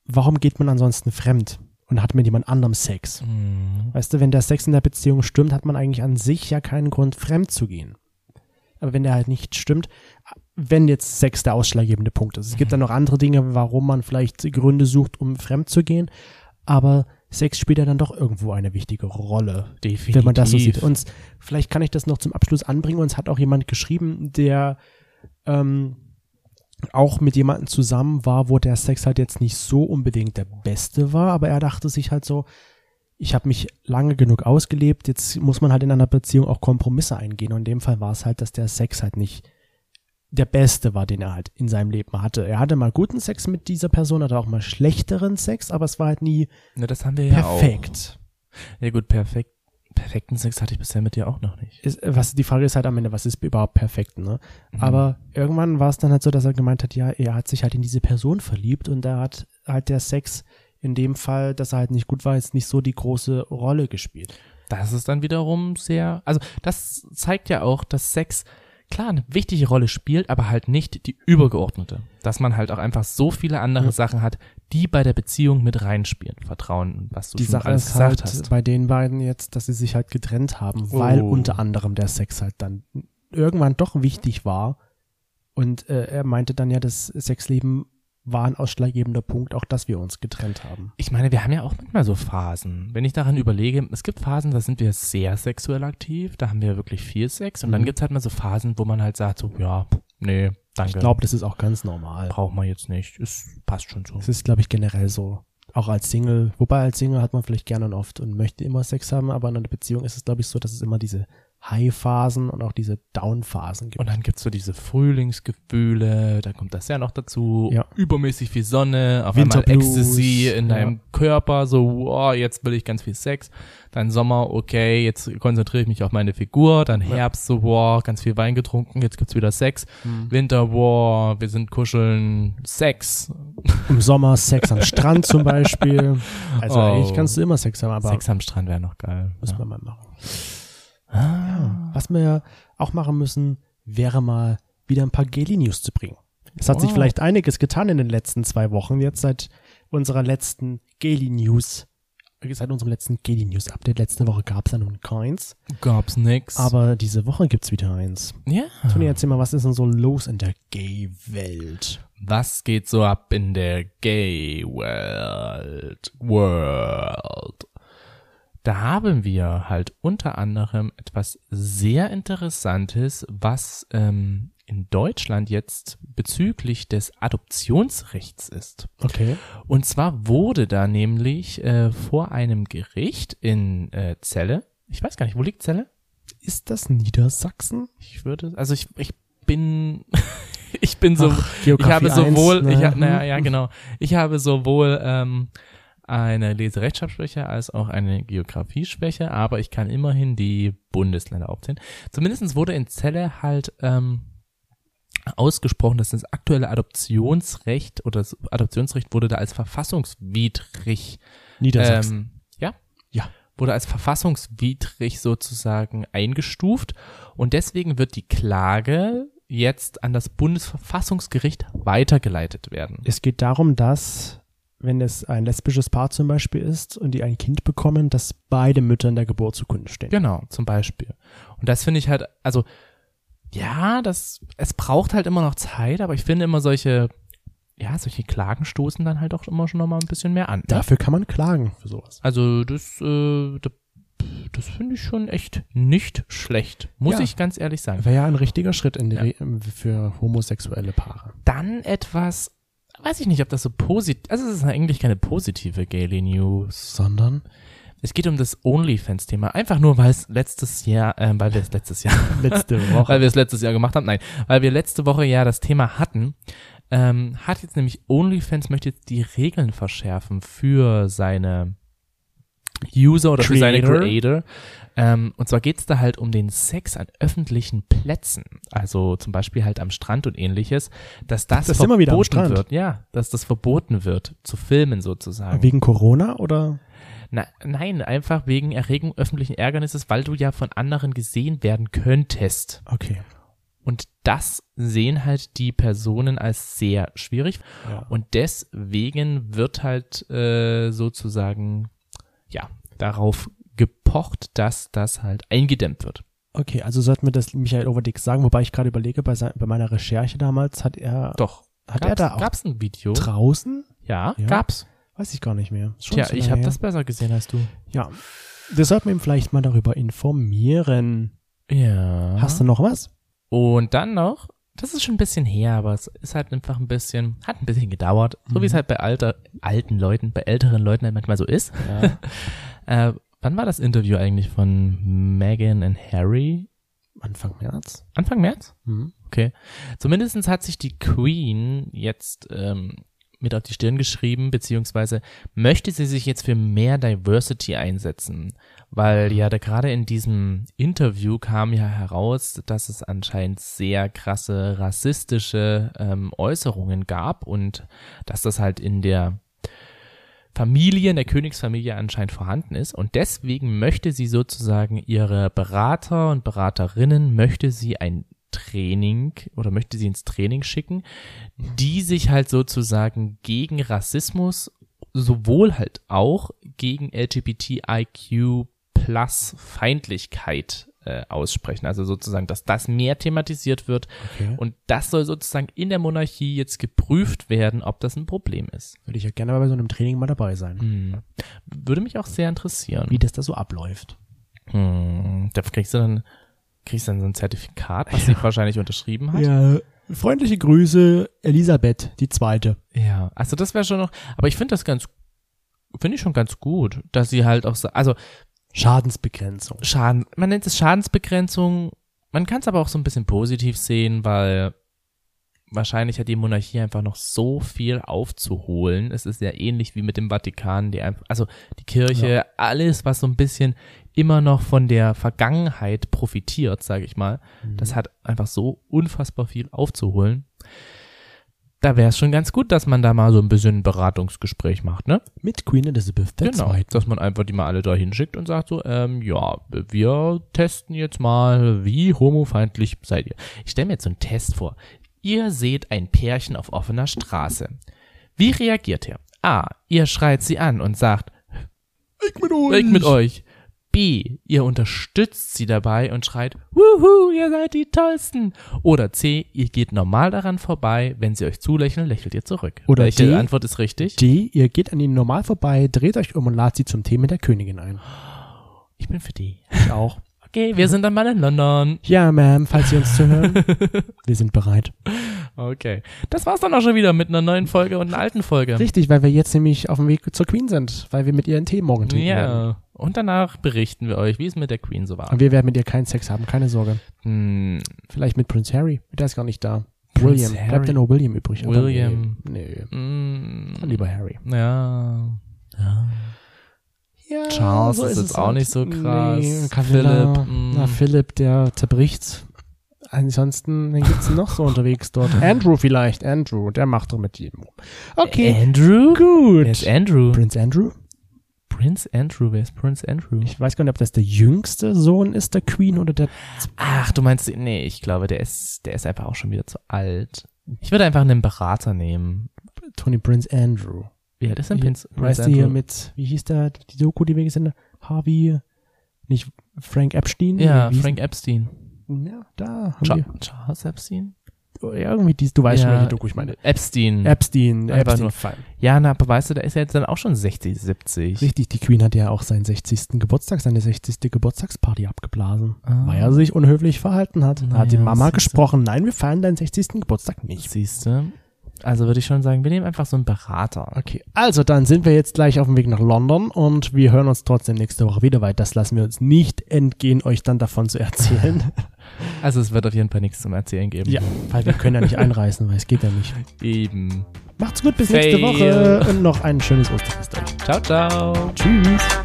Speaker 1: warum geht man ansonsten fremd und hat mit jemand anderem Sex?
Speaker 3: Mhm.
Speaker 1: Weißt du, wenn der Sex in der Beziehung stimmt, hat man eigentlich an sich ja keinen Grund, fremd zu gehen. Aber wenn der halt nicht stimmt, wenn jetzt Sex der ausschlaggebende Punkt ist. Es gibt dann noch andere Dinge, warum man vielleicht Gründe sucht, um fremd zu gehen. Aber Sex spielt ja dann doch irgendwo eine wichtige Rolle
Speaker 3: Definitiv.
Speaker 1: wenn man das so sieht. Uns, vielleicht kann ich das noch zum Abschluss anbringen. Uns hat auch jemand geschrieben, der ähm, auch mit jemandem zusammen war, wo der Sex halt jetzt nicht so unbedingt der beste war, aber er dachte sich halt so, ich habe mich lange genug ausgelebt, jetzt muss man halt in einer Beziehung auch Kompromisse eingehen. Und in dem Fall war es halt, dass der Sex halt nicht der beste war, den er halt in seinem Leben hatte. Er hatte mal guten Sex mit dieser Person, hatte auch mal schlechteren Sex, aber es war halt nie
Speaker 3: Na, Ne, das haben wir ja auch.
Speaker 1: perfekt.
Speaker 3: Ja gut, perfekt. Perfekten Sex hatte ich bisher mit dir auch noch nicht.
Speaker 1: ist, was die Frage ist halt am Ende, was ist überhaupt perfekt, ne?
Speaker 3: Mhm.
Speaker 1: Aber irgendwann war es dann halt so, dass er gemeint hat, ja, er hat sich halt in diese Person verliebt und da hat halt der Sex in dem Fall, dass er halt nicht gut war, jetzt nicht so die große Rolle gespielt.
Speaker 3: Das ist dann wiederum sehr, also das zeigt ja auch, dass Sex klar eine wichtige Rolle spielt, aber halt nicht die übergeordnete. Dass man halt auch einfach so viele andere
Speaker 1: Ja.
Speaker 3: Sachen hat, die bei der Beziehung mit reinspielen. Vertrauen, was du
Speaker 1: die
Speaker 3: schon
Speaker 1: Sache
Speaker 3: alles
Speaker 1: ist
Speaker 3: gesagt
Speaker 1: halt
Speaker 3: hast.
Speaker 1: bei den beiden jetzt, dass sie sich halt getrennt haben, weil
Speaker 3: Oh.
Speaker 1: unter anderem der Sex halt dann irgendwann doch wichtig war. Und äh, er meinte dann ja, das Sexleben war ein ausschlaggebender Punkt, auch dass wir uns getrennt haben.
Speaker 3: Ich meine, wir haben ja auch manchmal so Phasen. Wenn ich daran überlege, es gibt Phasen, da sind wir sehr sexuell aktiv, da haben wir wirklich viel Sex und dann
Speaker 1: Mhm.
Speaker 3: gibt's halt mal so Phasen, wo man halt sagt so, ja, nee, danke,
Speaker 1: Ich glaube, das ist auch ganz normal.
Speaker 3: braucht man jetzt nicht, es passt schon so.
Speaker 1: Es ist, glaube ich, generell so. Auch als Single. Wobei als Single hat man vielleicht gerne und oft und möchte immer Sex haben, aber in einer Beziehung ist es, glaube ich, so, dass es immer diese High-Phasen und auch diese Down-Phasen gibt.
Speaker 3: Und dann gibt's so diese Frühlingsgefühle, da kommt das ja noch dazu.
Speaker 1: Ja.
Speaker 3: Übermäßig viel Sonne, auf einmal
Speaker 1: Winterblues,
Speaker 3: Ecstasy in
Speaker 1: ja.
Speaker 3: deinem Körper, so, wow, jetzt will ich ganz viel Sex. Dann Sommer, okay, jetzt konzentriere ich mich auf meine Figur. Dann Herbst, so, wow, ganz viel Wein getrunken, jetzt gibt's wieder Sex. Winter, wow, wir sind kuscheln, Sex.
Speaker 1: Im Sommer Sex am Strand zum Beispiel. Also
Speaker 3: Oh.
Speaker 1: eigentlich kannst du immer Sex haben, aber
Speaker 3: Sex am Strand wäre noch geil.
Speaker 1: muss
Speaker 3: Ja. Ah,
Speaker 1: man mal machen. Ja. Was wir ja auch machen müssen, wäre mal wieder ein paar Geli-News zu bringen. Es hat sich
Speaker 3: Wow.
Speaker 1: vielleicht einiges getan in den letzten zwei Wochen, jetzt seit unserer letzten Geli-News, seit unserem letzten Geli-News-Update. Letzte Woche gab es ja nun keins.
Speaker 3: Gab's nix.
Speaker 1: Aber diese Woche gibt's wieder eins.
Speaker 3: ja.
Speaker 1: Toni, erzähl mal, was ist denn so los in der Gay-Welt?
Speaker 3: Was geht so ab in der Gay World? World. Da haben wir halt unter anderem etwas sehr Interessantes, was ähm, in Deutschland jetzt bezüglich des Adoptionsrechts ist.
Speaker 1: Okay.
Speaker 3: Und zwar wurde da nämlich äh, vor einem Gericht in äh, Celle, ich weiß gar nicht, wo liegt Celle?
Speaker 1: Ist das Niedersachsen?
Speaker 3: Ich würde, also ich, ich bin, ich bin so, ich habe
Speaker 1: Geografie
Speaker 3: sowohl,
Speaker 1: eins, ne?
Speaker 3: ich, ha- naja, ja, genau. Ich habe sowohl ähm, eine Leserechtschreibschwäche als auch eine Geografieschwäche, aber ich kann immerhin die Bundesländer aufzählen. Zumindestens wurde in Celle halt ähm, ausgesprochen, dass das aktuelle Adoptionsrecht oder das Adoptionsrecht wurde da als verfassungswidrig
Speaker 1: Niedersachsen.
Speaker 3: ähm, ja.
Speaker 1: Ja.
Speaker 3: Wurde als verfassungswidrig sozusagen eingestuft. Und deswegen wird die Klage jetzt an das Bundesverfassungsgericht weitergeleitet werden.
Speaker 1: Es geht darum, dass, wenn es ein lesbisches Paar zum Beispiel ist und die ein Kind bekommen, dass beide Mütter in der Geburtsurkunde stehen.
Speaker 3: Genau, zum Beispiel. Und das finde ich halt, also, ja, das, es braucht halt immer noch Zeit, aber ich finde immer solche ja, solche Klagen stoßen dann halt auch immer schon nochmal ein bisschen mehr an. ne?
Speaker 1: Dafür kann man klagen für sowas.
Speaker 3: Also das, äh, da- das finde ich schon echt nicht schlecht, muss
Speaker 1: Ja.
Speaker 3: ich ganz ehrlich sagen.
Speaker 1: Wäre ja ein richtiger Schritt in die
Speaker 3: Ja.
Speaker 1: Re- ähm, für homosexuelle Paare.
Speaker 3: Dann etwas, weiß ich nicht, ob das so positiv, also es ist eigentlich keine positive Gaily News.
Speaker 1: Sondern
Speaker 3: Es geht um das OnlyFans-Thema, einfach nur, weil es letztes Jahr, ähm, weil wir es letztes Jahr,
Speaker 1: letzte
Speaker 3: weil
Speaker 1: Woche.
Speaker 3: wir es letztes Jahr gemacht haben, nein, weil wir letzte Woche ja das Thema hatten, ähm, hat jetzt nämlich OnlyFans möchte jetzt die Regeln verschärfen für seine User oder für seine
Speaker 1: Creator.
Speaker 3: Creator. Ähm, und zwar geht's da halt um den Sex an öffentlichen Plätzen, also zum Beispiel halt am Strand und ähnliches, dass das,
Speaker 1: Das sind wir
Speaker 3: verboten
Speaker 1: wieder am Strand.
Speaker 3: wird, ja, dass das verboten wird zu filmen sozusagen.
Speaker 1: Wegen Corona oder?
Speaker 3: Na, nein, einfach wegen Erregung öffentlichen Ärgernisses, weil du ja von anderen gesehen werden könntest.
Speaker 1: Okay.
Speaker 3: Und das sehen halt die Personen als sehr schwierig.
Speaker 1: Ja.
Speaker 3: Und deswegen wird halt äh, sozusagen, ja, darauf gepocht, dass das halt eingedämmt wird.
Speaker 1: Okay, also sollten wir das Michael Overdick sagen, wobei ich gerade überlege, bei, sein, bei meiner Recherche damals hat er,
Speaker 3: Doch.
Speaker 1: hat
Speaker 3: gab's,
Speaker 1: er da auch
Speaker 3: gab's ein Video?
Speaker 1: draußen?
Speaker 3: ja,
Speaker 1: Ja.
Speaker 3: gab's.
Speaker 1: Weiß ich gar nicht mehr. Ist schon
Speaker 3: Tja,
Speaker 1: so
Speaker 3: ich
Speaker 1: lange
Speaker 3: habe
Speaker 1: her.
Speaker 3: das besser gesehen als du.
Speaker 1: Ja, wir sollten ihn vielleicht mal darüber informieren.
Speaker 3: Ja.
Speaker 1: Hast du noch was?
Speaker 3: Und dann noch, das ist schon ein bisschen her, aber es ist halt einfach ein bisschen, hat ein bisschen gedauert, so wie es halt bei alter, alten Leuten, bei älteren Leuten halt manchmal so ist.
Speaker 1: Ja.
Speaker 3: Äh, wann war das Interview eigentlich von Meghan und Harry?
Speaker 1: Anfang März.
Speaker 3: Anfang März?
Speaker 1: Mhm.
Speaker 3: Okay. Zumindestens hat sich die Queen jetzt ähm, mit auf die Stirn geschrieben, beziehungsweise möchte sie sich jetzt für mehr Diversity einsetzen, weil ja da gerade in diesem Interview kam ja heraus, dass es anscheinend sehr krasse rassistische ähm, Äußerungen gab und dass das halt in der Familie, in der Königsfamilie anscheinend vorhanden ist und deswegen möchte sie sozusagen ihre Berater und Beraterinnen, möchte sie ein Training oder möchte sie ins Training schicken, die sich halt sozusagen gegen Rassismus, sowohl halt auch gegen LGBTIQ plus Feindlichkeit äh, aussprechen. Also sozusagen, dass das mehr thematisiert wird
Speaker 1: Okay.
Speaker 3: und das soll sozusagen in der Monarchie jetzt geprüft werden, ob das ein Problem ist.
Speaker 1: Würde ich ja gerne mal bei so einem Training mal dabei sein,
Speaker 3: Hm. Würde mich auch sehr interessieren.
Speaker 1: wie das da so abläuft.
Speaker 3: Hm. Da kriegst du dann kriegst du dann so ein Zertifikat, was sie wahrscheinlich unterschrieben hat.
Speaker 1: Ja, freundliche Grüße, Elisabeth, die Zweite.
Speaker 3: Ja, also das wäre schon noch, aber ich finde das ganz, finde ich schon ganz gut, dass sie halt auch, sa- also
Speaker 1: Schadensbegrenzung.
Speaker 3: Schaden, man nennt es Schadensbegrenzung, man kann es aber auch so ein bisschen positiv sehen, weil wahrscheinlich hat die Monarchie einfach noch so viel aufzuholen. Es ist ja ähnlich wie mit dem Vatikan, die einfach, also die Kirche, alles, was so ein bisschen immer noch von der Vergangenheit profitiert, sage ich mal, das hat einfach so unfassbar viel aufzuholen. Da wäre es schon ganz gut, dass man da mal so ein bisschen ein Beratungsgespräch macht, ne?
Speaker 1: Mit Queen Elizabeth II.
Speaker 3: genau. Dass man einfach die mal alle da hinschickt und sagt so, ähm, ja, wir testen jetzt mal, wie homofeindlich seid ihr. Ich stelle mir jetzt so einen Test vor. Ihr seht ein Pärchen auf offener Straße. Wie reagiert ihr? A. Ihr schreit sie an und sagt,
Speaker 1: Weg mit euch.
Speaker 3: Weg mit euch. B. Ihr unterstützt sie dabei und schreit, Wuhu, ihr seid die Tollsten. Oder C. Ihr geht normal daran vorbei. Wenn sie euch zulächeln, lächelt ihr zurück.
Speaker 1: Oder
Speaker 3: Welche
Speaker 1: D.
Speaker 3: Antwort ist richtig?
Speaker 1: D, ihr geht an ihnen normal vorbei, dreht euch um und ladet sie zum Thema der Königin ein.
Speaker 3: Ich bin für D.
Speaker 1: Ich auch.
Speaker 3: Okay, wir sind dann mal in London.
Speaker 1: Ja, Ma'am, falls Sie uns zuhören, wir sind bereit.
Speaker 3: Okay. Das war's dann auch schon wieder mit einer neuen Folge und einer alten Folge.
Speaker 1: Richtig, weil wir jetzt nämlich auf dem Weg zur Queen sind, weil wir mit ihr einen Tee morgen trinken werden.
Speaker 3: Ja. Und danach berichten wir euch, wie es mit der Queen so war.
Speaker 1: Und wir werden mit ihr keinen Sex haben, keine Sorge.
Speaker 3: Hm,
Speaker 1: Vielleicht mit Prince Harry, der ist gar nicht da.
Speaker 3: Prince
Speaker 1: William,
Speaker 3: Harry.
Speaker 1: bleibt ja nur William übrig. aber
Speaker 3: William.
Speaker 1: Nee, nee.
Speaker 3: hm,
Speaker 1: dann lieber Harry.
Speaker 3: Ja. Ja.
Speaker 1: Ja,
Speaker 3: Charles ist jetzt auch nicht so krass.
Speaker 1: halt. Nee, Camilla,
Speaker 3: Philipp, mm.
Speaker 1: na, Philipp, der zerbricht's. Ansonsten, wen gibt's denn noch so unterwegs dort? Andrew vielleicht, Andrew, der macht doch mit jedem rum. Okay,
Speaker 3: Andrew?
Speaker 1: gut.
Speaker 3: Wer ist Äh, Andrew?
Speaker 1: Prince Andrew?
Speaker 3: Prince Andrew, wer ist Prince Andrew?
Speaker 1: Ich weiß gar nicht, ob das der jüngste Sohn ist, der Queen oder der.
Speaker 3: Ach, du meinst, nee, ich glaube, der ist, der ist einfach auch schon wieder zu alt. Ich würde einfach einen Berater nehmen.
Speaker 1: Tony Prince Andrew.
Speaker 3: Wie alt ist denn Prinz, Prinz
Speaker 1: Weißt du hier
Speaker 3: Andrew?
Speaker 1: mit, wie hieß der, die Doku, die wir gesehen haben? Harvey, nicht Frank Epstein?
Speaker 3: ja,
Speaker 1: Wie hieß-
Speaker 3: Frank Epstein.
Speaker 1: Ja, da haben
Speaker 3: Cha
Speaker 1: wir.
Speaker 3: Charles Epstein?
Speaker 1: ja, irgendwie dies, du weißt schon, welche Doku ich meine.
Speaker 3: Epstein.
Speaker 1: Epstein,
Speaker 3: Hm. Einfach
Speaker 1: Epstein.
Speaker 3: nur Ja, na, aber weißt du, da ist er jetzt dann auch schon 60, 70.
Speaker 1: Richtig, die Queen hat ja auch seinen 60. Geburtstag, seine 60. Geburtstagsparty abgeblasen,
Speaker 3: Ah.
Speaker 1: weil er sich unhöflich verhalten hat. Da
Speaker 3: Na
Speaker 1: hat die
Speaker 3: ja,
Speaker 1: Mama
Speaker 3: siehst du.
Speaker 1: gesprochen, nein, wir feiern deinen 60. Geburtstag nicht.
Speaker 3: Siehst du? Also würde ich schon sagen, wir nehmen einfach so einen Berater.
Speaker 1: Okay, also dann sind wir jetzt gleich auf dem Weg nach London und wir hören uns trotzdem nächste Woche wieder, weil das lassen wir uns nicht entgehen, euch dann davon zu erzählen.
Speaker 3: Also es wird auf jeden Fall nichts zum Erzählen geben.
Speaker 1: ja, weil wir können ja nicht einreißen, weil es geht ja nicht.
Speaker 3: Eben.
Speaker 1: Macht's gut, bis
Speaker 3: Fail.
Speaker 1: nächste Woche und noch ein schönes Osterfest euch.
Speaker 3: Ciao, ciao.
Speaker 1: Tschüss.